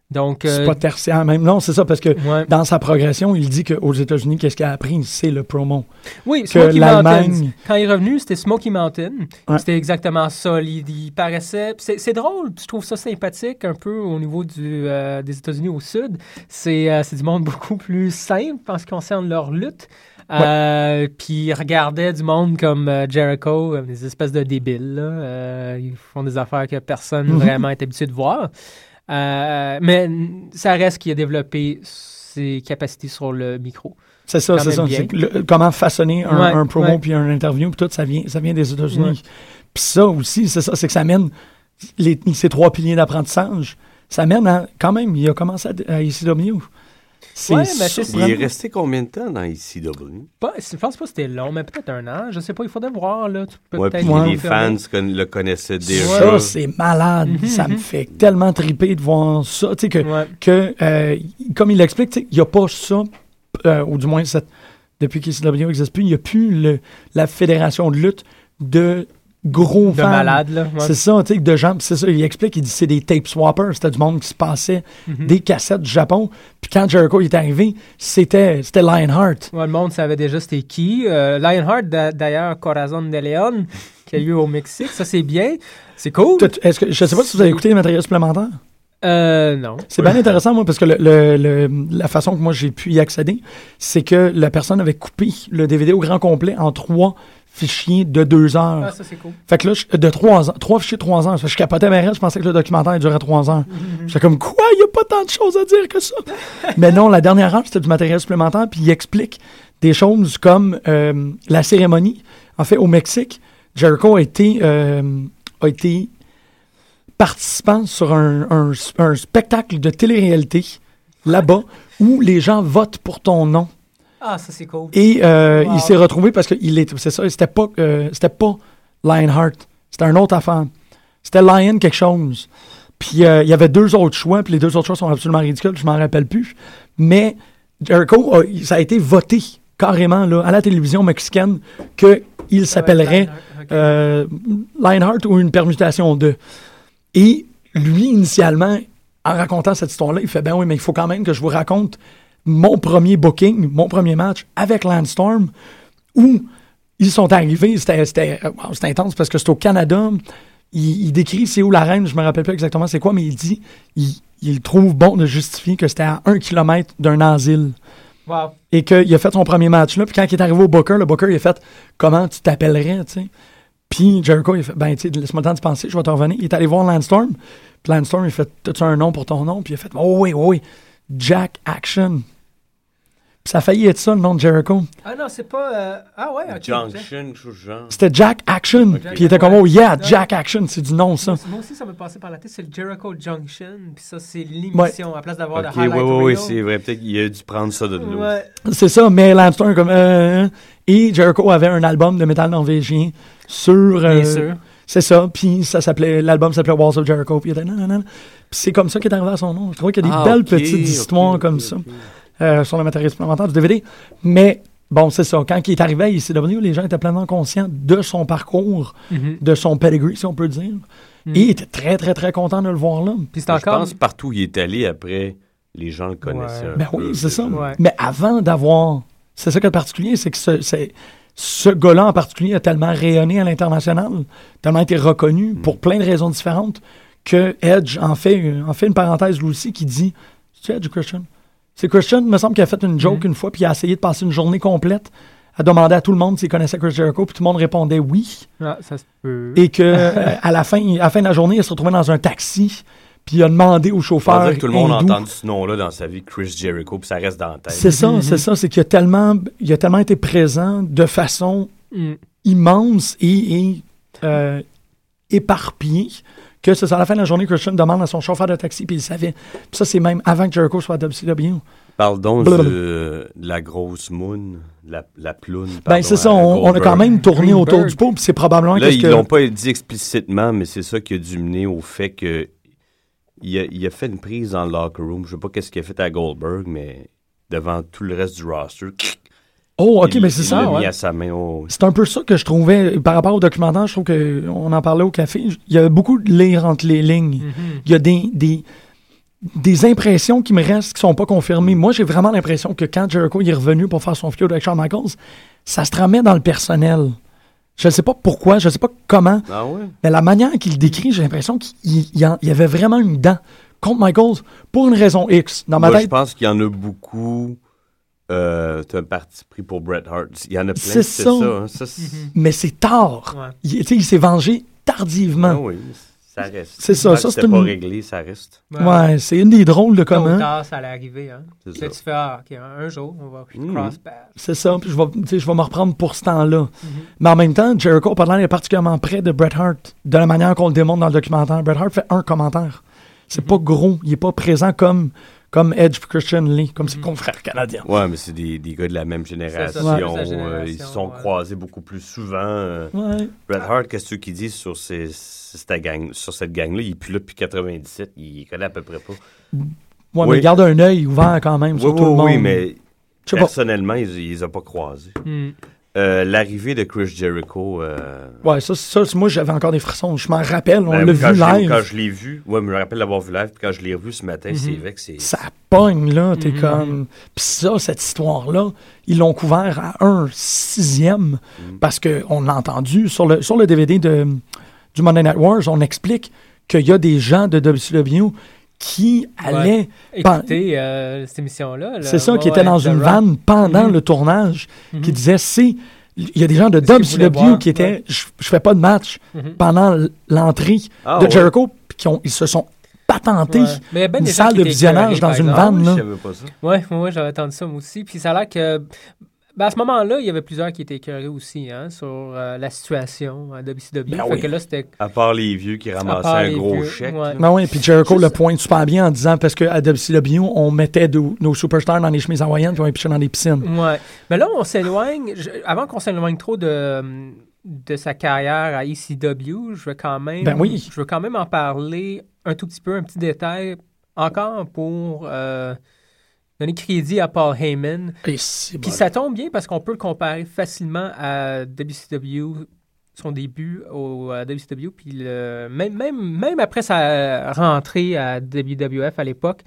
Donc,
C'est
euh,
pas tertiaire même. Non, c'est ça, parce que
ouais.
dans sa progression, il dit qu'aux États-Unis, qu'est-ce qu'il a appris? C'est le promo.
oui,
Que
Smoky Mountains.
l'Allemagne.
Quand il est revenu, c'était Smoky Mountain.
Ouais.
C'était exactement ça. Il, il paraissait. puis C'est, c'est drôle. puis Je trouve ça sympathique un peu au niveau du, euh, des États-Unis au sud. C'est, euh, c'est du monde beaucoup plus simple en ce qui concerne leur lutte. Euh, Puis ils regardaient du monde comme euh, Jericho, euh, des espèces de débiles. là. Euh, ils font des affaires que personne
Mhm.
vraiment est habitué de voir. Euh, mais n- ça reste qu'il a développé ses capacités sur le micro.
C'est ça,
Quand
c'est
même
ça.
bien.
C'est que le- comment façonner un,
Ouais,
un promo
ouais.
puis un interview, puis tout, ça vient, ça vient des
Ouais.
États-Unis. Puis ça aussi, c'est ça, c'est que ça mène les- ces trois piliers d'apprentissage. Ça mène à, quand même, il a commencé à, à ICW. C'est
Ouais, mais c'est-
surprenant.
Il est resté combien de temps dans ICW?
Pas, je pense pas que c'était long, mais peut-être un an. Je sais pas, il faudrait voir. Là, tu peux
Ouais,
peut-être
puis
Ouais.
les fans
confirmer.
con- le connaissaient déjà.
Ça, c'est malade. Ça me fait tellement triper de voir ça. Tu sais, que,
Mm-hmm. Ouais.
que euh, comme il l'explique, tu sais, il n'y a pas ça, euh, ou du moins, cette- depuis qu'ICW n'existe plus, il n'y a plus le- la fédération de lutte de gros
de
fans.
malade. Là, ouais.
C'est ça, tu sais, de gens, c'est ça, il explique, il dit c'est des tape swappers, c'était du monde qui se passait
Mm-hmm.
des cassettes du Japon. Puis quand Jericho est arrivé, c'était c'était Lionheart.
Ouais, le monde savait déjà c'était qui. Euh, Lionheart, d'a- d'ailleurs, Corazon de Leon, qui a lieu au Mexique. Ça, c'est bien. C'est cool.
Tout- Est-ce que, je sais pas si vous avez écouté les matériels supplémentaires.
Euh, non.
C'est bien intéressant, moi, parce que le, le- le- la façon que moi j'ai pu y accéder, c'est que la personne avait coupé le DVD au grand complet en trois fichiers de deux heures.
Ah, ça, c'est cool.
Fait que là, je- de trois ans, trois fichiers, trois ans. Fait que Je capotais ma raide, je pensais que le documentaire il durait trois ans. J'étais comme, quoi, il n'y a pas tant de choses à dire que ça. Mais non, la dernière heure, c'était du matériel supplémentaire, puis il explique des choses comme euh, la cérémonie. En fait, au Mexique, Jericho a été, euh, a été participant sur un, un- un spectacle de télé-réalité là-bas où les gens votent pour ton nom.
Ah, ça, c'est cool.
Et euh,
Wow.
il s'est retrouvé parce qu'il est. C'est ça, c'était pas, euh, c'était pas Lionheart. C'était un autre affaire. C'était Lion quelque chose. Puis euh, il y avait deux autres choix, puis les deux autres choix sont absolument ridicules, je m'en rappelle plus. Mais Jericho, a- ça a été voté carrément là, à la télévision mexicaine qu'il s'appellerait euh, Lionheart ou une permutation de. Et lui, initialement, en racontant cette histoire-là, il fait Ben oui, mais il faut quand même que je vous raconte mon premier booking, mon premier match avec Landstorm, où ils sont arrivés. C'était- C'était euh, wow, c'était intense parce que c'est au Canada. Il, il décrit c'est où la reine, je me rappelle pas exactement c'est quoi, mais il dit il, il trouve bon de justifier que c'était à un kilomètre d'un asile
Wow.
et qu'il a fait son premier match là. Puis quand il est arrivé au Booker, le Booker il a fait comment tu t'appellerais, tu sais. Puis Jericho il a fait ben tu sais, laisse-moi le temps de penser, je vais te revenir. Il est allé voir Landstorm. Puis Landstorm il a fait t'as-tu un nom pour ton nom Puis il a fait oh oui oui Jack Action. Puis ça a failli être ça le nom de Jericho.
Ah, non, c'est pas. euh, Ah, ouais, ok.
Junction, quelque chose du genre.
C'était Jack Action. Puis il était comme oh yeah Jack Action, c'est du nom ça.
Moi aussi, ça me passait par la tête. C'est le Jericho Junction. Puis ça, c'est l'émission. À place d'avoir
Ok,
le
oui,
highlight
oui, oui,
reel.
c'est vrai. Peut-être qu'il a dû prendre ça de nous.
Ouais.
C'est ça, mais Landstorm comme euh, et Jericho avait un album de métal norvégien sur euh,
Bien sûr.
C'est ça. Puis ça s'appelait l'album s'appelait Walls of Jericho. Puis il était nanana. Puis c'est comme ça qu'il est arrivé à son nom. Je trouvais qu'il y a des
Ah,
belles
ok, ok,
petites histoires
ok,
comme
ok.
ça euh, sur le matériel supplémentaire du DVD. Mais bon, c'est ça. Quand il est arrivé à ICW, les gens étaient pleinement conscients de son parcours,
Mhm.
de son pedigree, si on peut dire.
Mhm.
Et ils étaient très, très, très contents de le voir là.
Puis c'est
Je
encore.
pense partout où il est allé après, les gens le connaissaient.
Ouais.
un
Ben
peu,
oui, c'est ça.
Ouais.
Mais avant d'avoir. C'est ça qui est particulier, c'est que ce, c'est- ce gars-là en particulier a tellement rayonné à l'international, tellement été reconnu
Mm.
pour plein de raisons différentes, que Edge en fait, en fait une parenthèse lui aussi qui dit C'est Edge ou Christian C'est Christian, il me semble qu'il a fait une joke
Mm.
une fois, puis il a essayé de passer une journée complète à demander à tout le monde s'il connaissait Chris Jericho, puis tout le monde répondait oui.
Ah, ça se peut.
Et que euh, à, la fin, à la fin de la journée, il se retrouvait dans un taxi, puis il a demandé au
Je pense
chauffeur.
que tout le monde a
hindou-
entendu ce nom-là dans sa vie, Chris Jericho, puis ça reste dans la tête.
C'est ça, c'est ça. C'est qu'il a tellement, il a tellement été présent de façon
Mm.
immense et, et, euh, éparpillée que c'est ça. À la fin de la journée, Christian demande à son chauffeur de taxi, puis il savait. Puis ça, c'est même avant que Jericho soit à WCW.
Parle donc
Blablabla.
de, de la grosse moon, la, la ploune.
Ben,
pardon,
c'est ça,
à
on, on a
Goldberg.
quand même tourné
Greenberg.
autour du pot, puis c'est probablement
Là,
qu'est-ce
ils
que-
l'ont pas dit explicitement, mais c'est ça qui a dû mener au fait que il a, il a fait une prise dans le locker room. Je sais pas qu'est-ce qu'il a fait à Goldberg, mais devant tout le reste du roster,
Oh, OK,
il-
mais c'est
il
ça,
l'a mis
ouais.
à sa main au...
C'est un peu ça que je trouvais, par rapport au documentaire, je trouve
Mm-hmm.
qu'on en parlait au café, il y a beaucoup de lire entre les lignes. Il y a des, des, des impressions qui me restent qui sont pas confirmées. Moi, j'ai vraiment l'impression que quand Jericho il est revenu pour faire son feud avec Shawn Michaels, ça se tramait dans le personnel. Je ne sais pas pourquoi, je ne sais pas comment,
Ah ouais?
mais la manière qu'il le décrit, j'ai l'impression qu'il il- il en- il y avait vraiment une dent contre Michaels pour une raison X. Dans ma
Moi, je
tête,
pense qu'il y en a beaucoup. Euh, T'as un parti pris pour Bret Hart. Il y en a plein.
C'est
C'est
ça. Mhm.
ça. hein. Ça, c'est-
mais c'est tard.
Ouais. Oh,
Il, tu sais, il s'est vengé tardivement.
Ah oui, ça reste.
C'est ça,
Tant
ça,
que
c'est
c'était
une-
pas réglé, ça reste.
Ouais, c'est une des drôles de
Tôt ou
comment.
tard, ça allait arriver. Hein.
C'est
Là,
ça.
tu fais, ah, OK, un, un jour, on va
Mhm.
cross path.
C'est ça, puis je vais, tu sais, je vais me reprendre pour ce temps-là. Mais en même temps, Jericho, pendant est particulièrement près de Bret Hart, de la manière qu'on le démontre dans le documentaire. Bret Hart fait un commentaire. C'est pas gros, il est pas présent comme, comme Edge puis Christian Lee, comme ses confrères canadiens.
Ouais, mais c'est des, des gars de la même génération.
c'est la
euh, ils se sont
génération, ouais.
croisés beaucoup plus souvent. euh,
Ouais.
Bret Hart, qu'est-ce qu'ils disent sur, ces, cette gang, sur cette gang-là? Il est plus là depuis 97. Il connaît à peu près pas.
Ouais, mais
Oui.
il garde un œil ouvert quand même sur
oui,
tout le
oui,
monde.
oui, mais
Je sais pas.
personnellement, ils ils les ont pas croisés.
Mhm.
Euh, L'arrivée de Chris Jericho. euh,
Ouais, ça, ça, c'est- moi j'avais encore des frissons. Je m'en rappelle, on
ben,
l'a
quand
vu
je l'ai-
live.
Quand je l'ai vu, ouais, je me rappelle l'avoir vu live. puis Quand je l'ai revu ce
Hmm.
matin, c'est vrai que c'est.
Ça pogne, là. T'es
Mm-hmm.
comme. Puis ça, cette histoire-là, ils l'ont couvert à un sixième
Mm.
parce qu'on l'a entendu. Sur le, sur le DVD de, du Monday Night Wars, on explique qu'il y a des gens de WCW qui allaient. pen-
Écoutez, euh, cette émission-là. là,
Ben, C'est ça, qui
ouais,
étaient dans
The
une
Rock.
vanne pendant
Mhm.
le tournage, qui disaient c'est. Il y a des gens de
Est-ce qu'ils voulaient
WCW
voir?
qui étaient.
Ouais.
Je, je fais pas de match
Mhm.
pendant l- l'entrée
Ah,
de
ouais.
Jericho, puis qui ont, ils se sont patentés.
Ouais. Mais il y a ben
une
des gens
salle
qui
de
étaient
visionnage
écœurés,
dans
par
une
exemple.
vanne, là.
Ah, Je savais pas ça.
Ouais, ouais, ouais, j'avais entendu ça moi aussi. Puis ça a l'air que. ben, à ce moment-là, il y avait plusieurs qui étaient écœurés aussi hein, sur euh, la situation à WCW.
Ben
fait
oui.
que là, c'était.
À part les vieux qui
à
ramassaient
part
Ah, un
les
gros
vieux,
chèque.
ouais.
Ben oui, puis Jericho
Juste-
le pointe super bien en disant parce qu'à WCW, on mettait de- nos superstars dans les chemises hawaïennes puis on les pichait dans les piscines.
Ouais. Mais là, on s'éloigne. je- Avant qu'on s'éloigne trop de, de sa carrière à ECW, je veux quand même.
Ben oui.
Je veux quand même en parler un tout petit peu, un petit détail, encore pour euh, donner crédit à Paul Heyman.
Et c'est
Puis
bon.
ça tombe bien parce qu'on peut le comparer facilement à WCW, son début au euh, à WCW, puis le- même, même, même après sa rentrée à WWF à l'époque,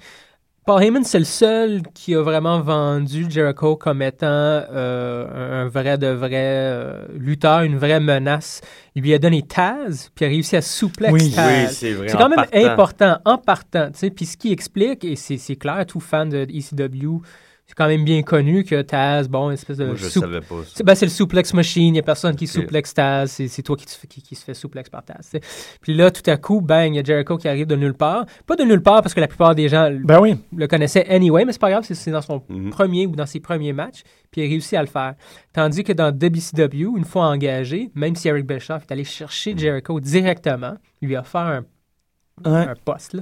Paul Heyman, c'est le seul qui a vraiment vendu Jericho comme étant euh, un vrai de vrai euh, lutteur, une vraie menace. Il lui a donné Taz, puis il a réussi à souplex
Oui.
Taz.
Oui, c'est vrai.
C'est quand
en
même
partant.
important en partant. tu sais. Puis ce qui explique, et c'est c'est clair, tout fan de ECW, c'est quand même bien connu que Taz, bon, une espèce de.
Moi, je
soup-
savais pas ça.
c'est ben, c'est le souplex machine, il n'y a personne qui
Ok.
souplexe Taz, c'est c'est toi qui, te fais- qui, qui se fait souplex par Taz. tu sais. Puis là, tout à coup, bang, il y a Jericho qui arrive de nulle part. Pas de nulle part parce que la plupart des gens
Ben oui,
le connaissait anyway, mais c'est pas grave, c'est- c'est dans son
Mhm.
premier ou dans ses premiers matchs, puis il a réussi à le faire. Tandis que dans WCW, une fois engagé, même si Eric Bischoff est allé
Mhm.
chercher Jericho directement, il lui a offert un,
Ouais.
un poste, là,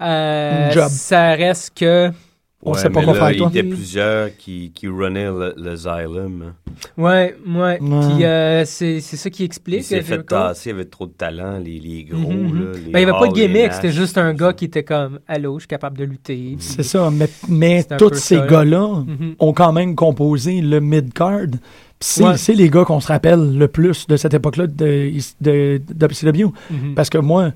euh,
Une job.
ça reste que...
on
Ouais,
sait pas
mais
quoi
là,
faire avec toi.
Il y était plusieurs qui, qui runnaient le- hein. l'asylum.
Ouais, ouais. Puis euh, c'est c'est ça qui
Il
explique.
s'est
euh,
fait
Jericho.
tasser, il avait trop de talent, les, les gros.
Mhm, mhm.
là, les
Ben, il n'y avait pas de
Hall, les
gimmick,
Nash.
c'était juste un gars qui était comme Allô, je suis capable de
Mhm.
lutter.
C'est ça, mais, mais
C'est un
tous
peu
ces
ça, là.
gars-là
Mhm.
ont quand même composé le mid-card. Puis C'est
Ouais.
c'est les gars qu'on se rappelle le plus de cette époque-là de, de, de WCW.
Mhm.
Parce que moi,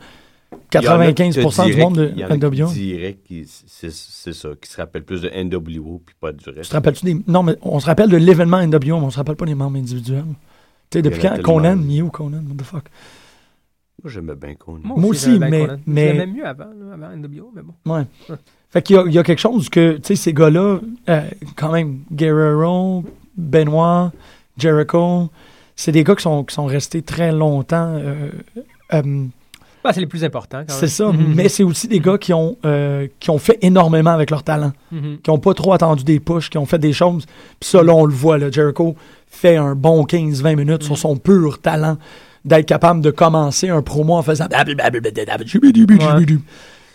Il y en a qui te
95% du
diraient-
monde de
il y en a qui
NWO.
diraient qu'ils- c'est c'est ça, qui se rappelle plus de NWO puis pas du
Tu
reste.
te rappelles-tu des. Non, mais on se rappelle de l'événement NWO, mais on se rappelle pas des membres individuels. Tu sais, depuis
Il y en a
quand Conan,
tellement.
Neo Conan, what the fuck.
Moi, j'aimais bien Conan.
Moi aussi,
j'aimais bien
mais-
Conan.
mais-
Je l'aimais mieux avant, là, avant NWO, mais bon.
Fait qu'il y a, il y a quelque chose que, tu sais, ces gars-là, euh, quand même, Guerrero, Benoit, Jericho, c'est des gars qui sont, qui sont restés très longtemps. euh, euh,
Ben, c'est le plus important quand
c'est
même.
ça,
Mhm.
mais c'est aussi des gars qui ont, euh, qui ont fait énormément avec leur talent,
Mhm.
qui ont pas trop attendu des pushs, qui ont fait des choses. Puis ça, là, on le voit, là, Jericho fait un bon 15-20 minutes
Mhm.
sur son pur talent d'être capable de commencer un promo en faisant. Tu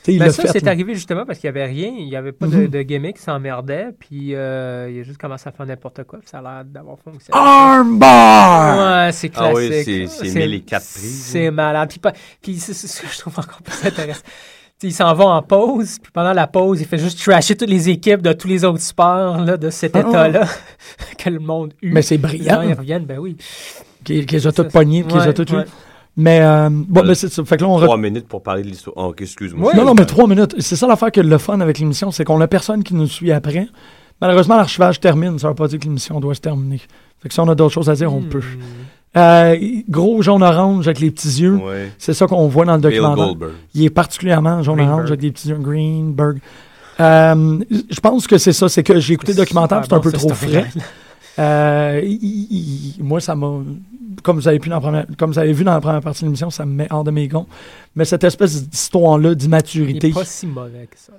sais, il
Ben,
l'a
ça,
fait,
c'est
là. Mhm.
arrivé justement parce qu'il n'y avait rien, il n'y avait pas de, de gimmick, il s'emmerdait, puis euh, il a juste commencé à faire n'importe quoi, puis ça a l'air d'avoir fonctionné.
Ah! Armbar!
Ouais, c'est
Ah oui,
classique.
c'est- c'est mille et quatre prises,
C'est malade. Puis, pas- puis c'est c'est ce que je trouve encore plus intéressant. Tu sais, il s'en va en pause, puis pendant la pause, il fait juste trasher toutes les équipes de tous les autres sports là, de cet
Ah,
état-là que le monde eut.
Mais c'est
Là,
brillant.
ils reviennent, ben oui.
Qu'ils qu'ils ont
Ça,
tous pognés, qu'ils
ouais,
ont tous eu.
ouais.
Mais, euh, bon, mais c'est ça. Fait que là, on re-
Trois minutes pour parler de l'histoire. Oh, ok, excuse-moi.
Oui.
Non, non, mais trois minutes. C'est ça l'affaire que le fun avec l'émission, c'est qu'on a personne qui nous suit après. Malheureusement, l'archivage termine. Ça veut pas dire que l'émission doit se terminer. Fait que si on a d'autres choses à dire, on peut. Euh, gros jaune-orange avec les petits yeux.
Ouais.
C'est ça qu'on voit dans le
Bill
documentaire.
Goldberg.
Il est particulièrement jaune-orange
Greenberg.
avec des petits yeux. Greenberg. Euh, je pense que c'est ça. C'est que j'ai écouté le documentaire, c'est un peu trop frais. Euh, il- il- moi, ça m'a. Comme vous, avez pu dans la première- comme vous avez vu dans la première partie de l'émission, ça me met hors de mes gonds. Mais cette espèce d'histoire-là
Il
d'immaturité.
n'est pas si mauvais que ça.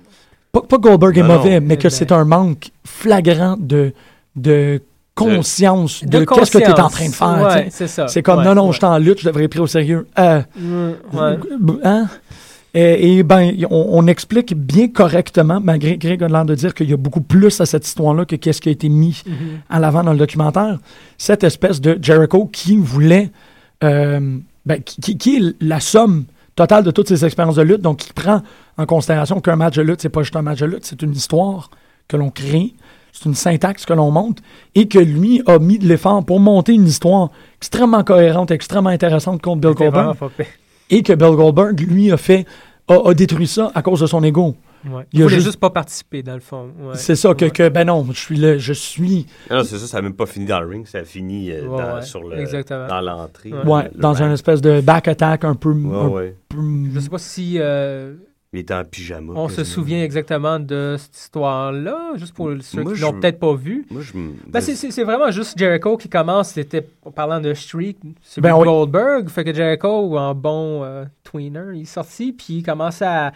Pas, pas que Goldberg est
Non, non.
mauvais, mais
Eh
que
ben.
c'est un manque flagrant de, de conscience de, qu'est-ce que tu es en train de faire. tu
Ouais,
sais.
c'est ça.
C'est comme
Ouais,
non, non,
ouais.
je suis en lutte, je devrais être pris au sérieux. Euh,
Mm, ouais.
b- hein? Et, et ben, y- on, on explique bien correctement, malgré Greg a l'air de dire qu'il y a beaucoup plus à cette histoire-là que qu'est-ce qui a été mis
Mhm.
à l'avant dans le documentaire, cette espèce de Jericho qui voulait, euh, ben, qui, qui- qui est la somme totale de toutes ses expériences de lutte, donc qui prend en considération qu'un match de lutte, c'est pas juste un match de lutte, c'est une histoire que l'on crée, c'est une syntaxe que l'on monte, et que lui a mis de l'effort pour monter une histoire extrêmement cohérente, extrêmement intéressante contre Bill
C'était vraiment
Goldberg,
pas pire.
et que Bill Goldberg, lui, a fait, a, a détruit ça à cause de son ego.
Ouais. Il
Il y a
ne voulait
juste-
juste... pas participer, dans le fond. Ouais.
C'est ça, que,
Ouais.
que, ben non, je suis là, je suis
Ah, Non, non, c'est ça, ça n'a même pas fini dans le ring, ça a fini euh,
Ouais,
dans,
ouais,
sur le,
exactement.
dans l'entrée.
Ouais.
le-
ouais,
le
dans
ring.
un espèce de back attack un peu, un
Ouais, ouais.
Je sais pas si euh,
Il était en pyjama.
on se
quasiment.
souvient exactement de cette histoire-là, juste pour ceux
Moi,
qui
je-
l'ont peut-être pas vu.
Moi, je me-
Ben, c'est- c'est c'est vraiment juste Jericho qui commence. C'était en parlant de Streak, c'est
Ben
Bill
oui.
Goldberg. Fait que Jericho, en bon euh, tweener, il est sorti, puis il commence à,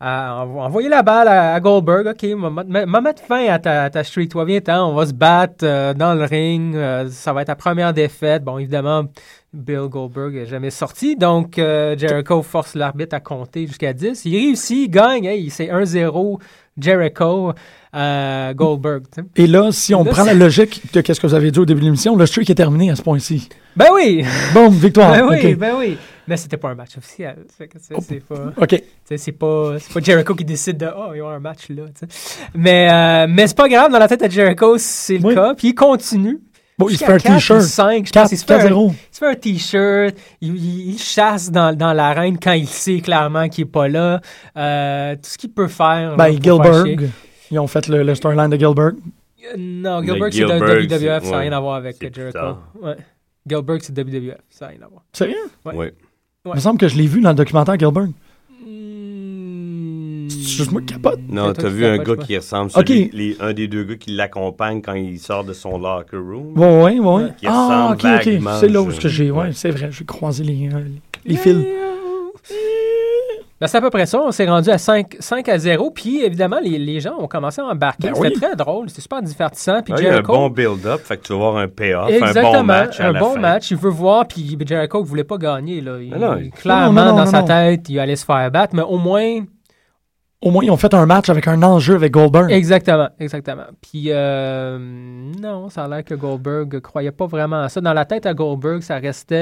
à envo- envoyer la balle à, à Goldberg. OK, on va mettre- on va mettre fin à ta, à ta streak. Toi, viens, ten on va se battre euh, dans le ring. euh, ça va être ta première défaite. Bon, évidemment, Bill Goldberg n'est jamais sorti. Donc, euh, Jericho force l'arbitre à compter jusqu'à 10. Il réussit, il gagne. Hey, c'est 1-0 Jericho euh, Goldberg. tu sais.
Et là, si on
Là,
prend la
c'est-
logique de qu'est-ce que vous avez dit au début de l'émission, le streak est terminé à ce point-ci.
Ben oui!
Bon, victoire.
Ben oui,
Ah, OK. Oh.
ben oui. Mais c'était pas un match officiel. Fait que, tu sais, C'est pas, tu
OK.
sais, c'est pas, c'est pas Jericho qui décide de oh, il y a un match là. tu sais. Mais, euh, mais c'est pas grave, dans la tête de Jericho, c'est le
Oui.
cas. Puis il continue.
Bon, il se
Jusqu'à
fait un
quatre ou
t-shirt.
cinq, je pense. Il se fait un,
4-0.
il se fait un t-shirt. Il, il- il chasse dans, dans l'arène quand il sait clairement qu'il est pas là. Euh, tout ce qu'il peut faire. là,
Ben,
pour faire chier.
Gilberg. Ils ont fait le, le storyline de Gilberg.
Euh, Non,
Mais
Gilbert, c'est de
Gilbert,
WWF,
c'est-
ça n'a
ouais,
rien à voir avec
c'est plus
Jericho.
tard.
Ouais. Gilbert, c'est WWF, ça n'a rien à voir.
Sérieux?
Ouais.
Ouais.
Il me semble que je l'ai vu dans le documentaire Gilberg. C'est
Juste
juste moi qui capote.
Non, t'as vu un gars qui ressemble,
Ok.
celui, les- un des deux gars qui l'accompagne quand il sort de son locker room.
Ouais, ouais, ouais.
Qui
Ah, OK,
ressemble
OK.
vaguement,
C'est là où
je-
que j'ai... Ouais,
ouais.
c'est vrai. J'ai croisé les, euh, les fils.
Ben, c'est à peu près ça. On s'est rendu à 5, 5 à 0. Puis évidemment, les, les gens ont commencé à embarquer.
Ben
C'était
oui.
très drôle. C'était super divertissant. Puis
Ouais, Ah, il y a un
Jericho.
bon build-up, fait que tu vas avoir un payoff,
Exactement,
un bon match. à
un
la
bon
fin.
match. Il veut voir, puis Jericho ne voulait pas gagner. Là. Il-
Non, non,
il-
il-
clairement,
Non, non, non,
dans
non,
sa
non.
tête, il allait se faire battre, mais au moins,
Au moins, ils ont fait un match avec un enjeu avec Goldberg.
Exactement, exactement. Puis, euh, non, ça a l'air que Goldberg croyait pas vraiment à ça. Dans la tête à Goldberg, ça restait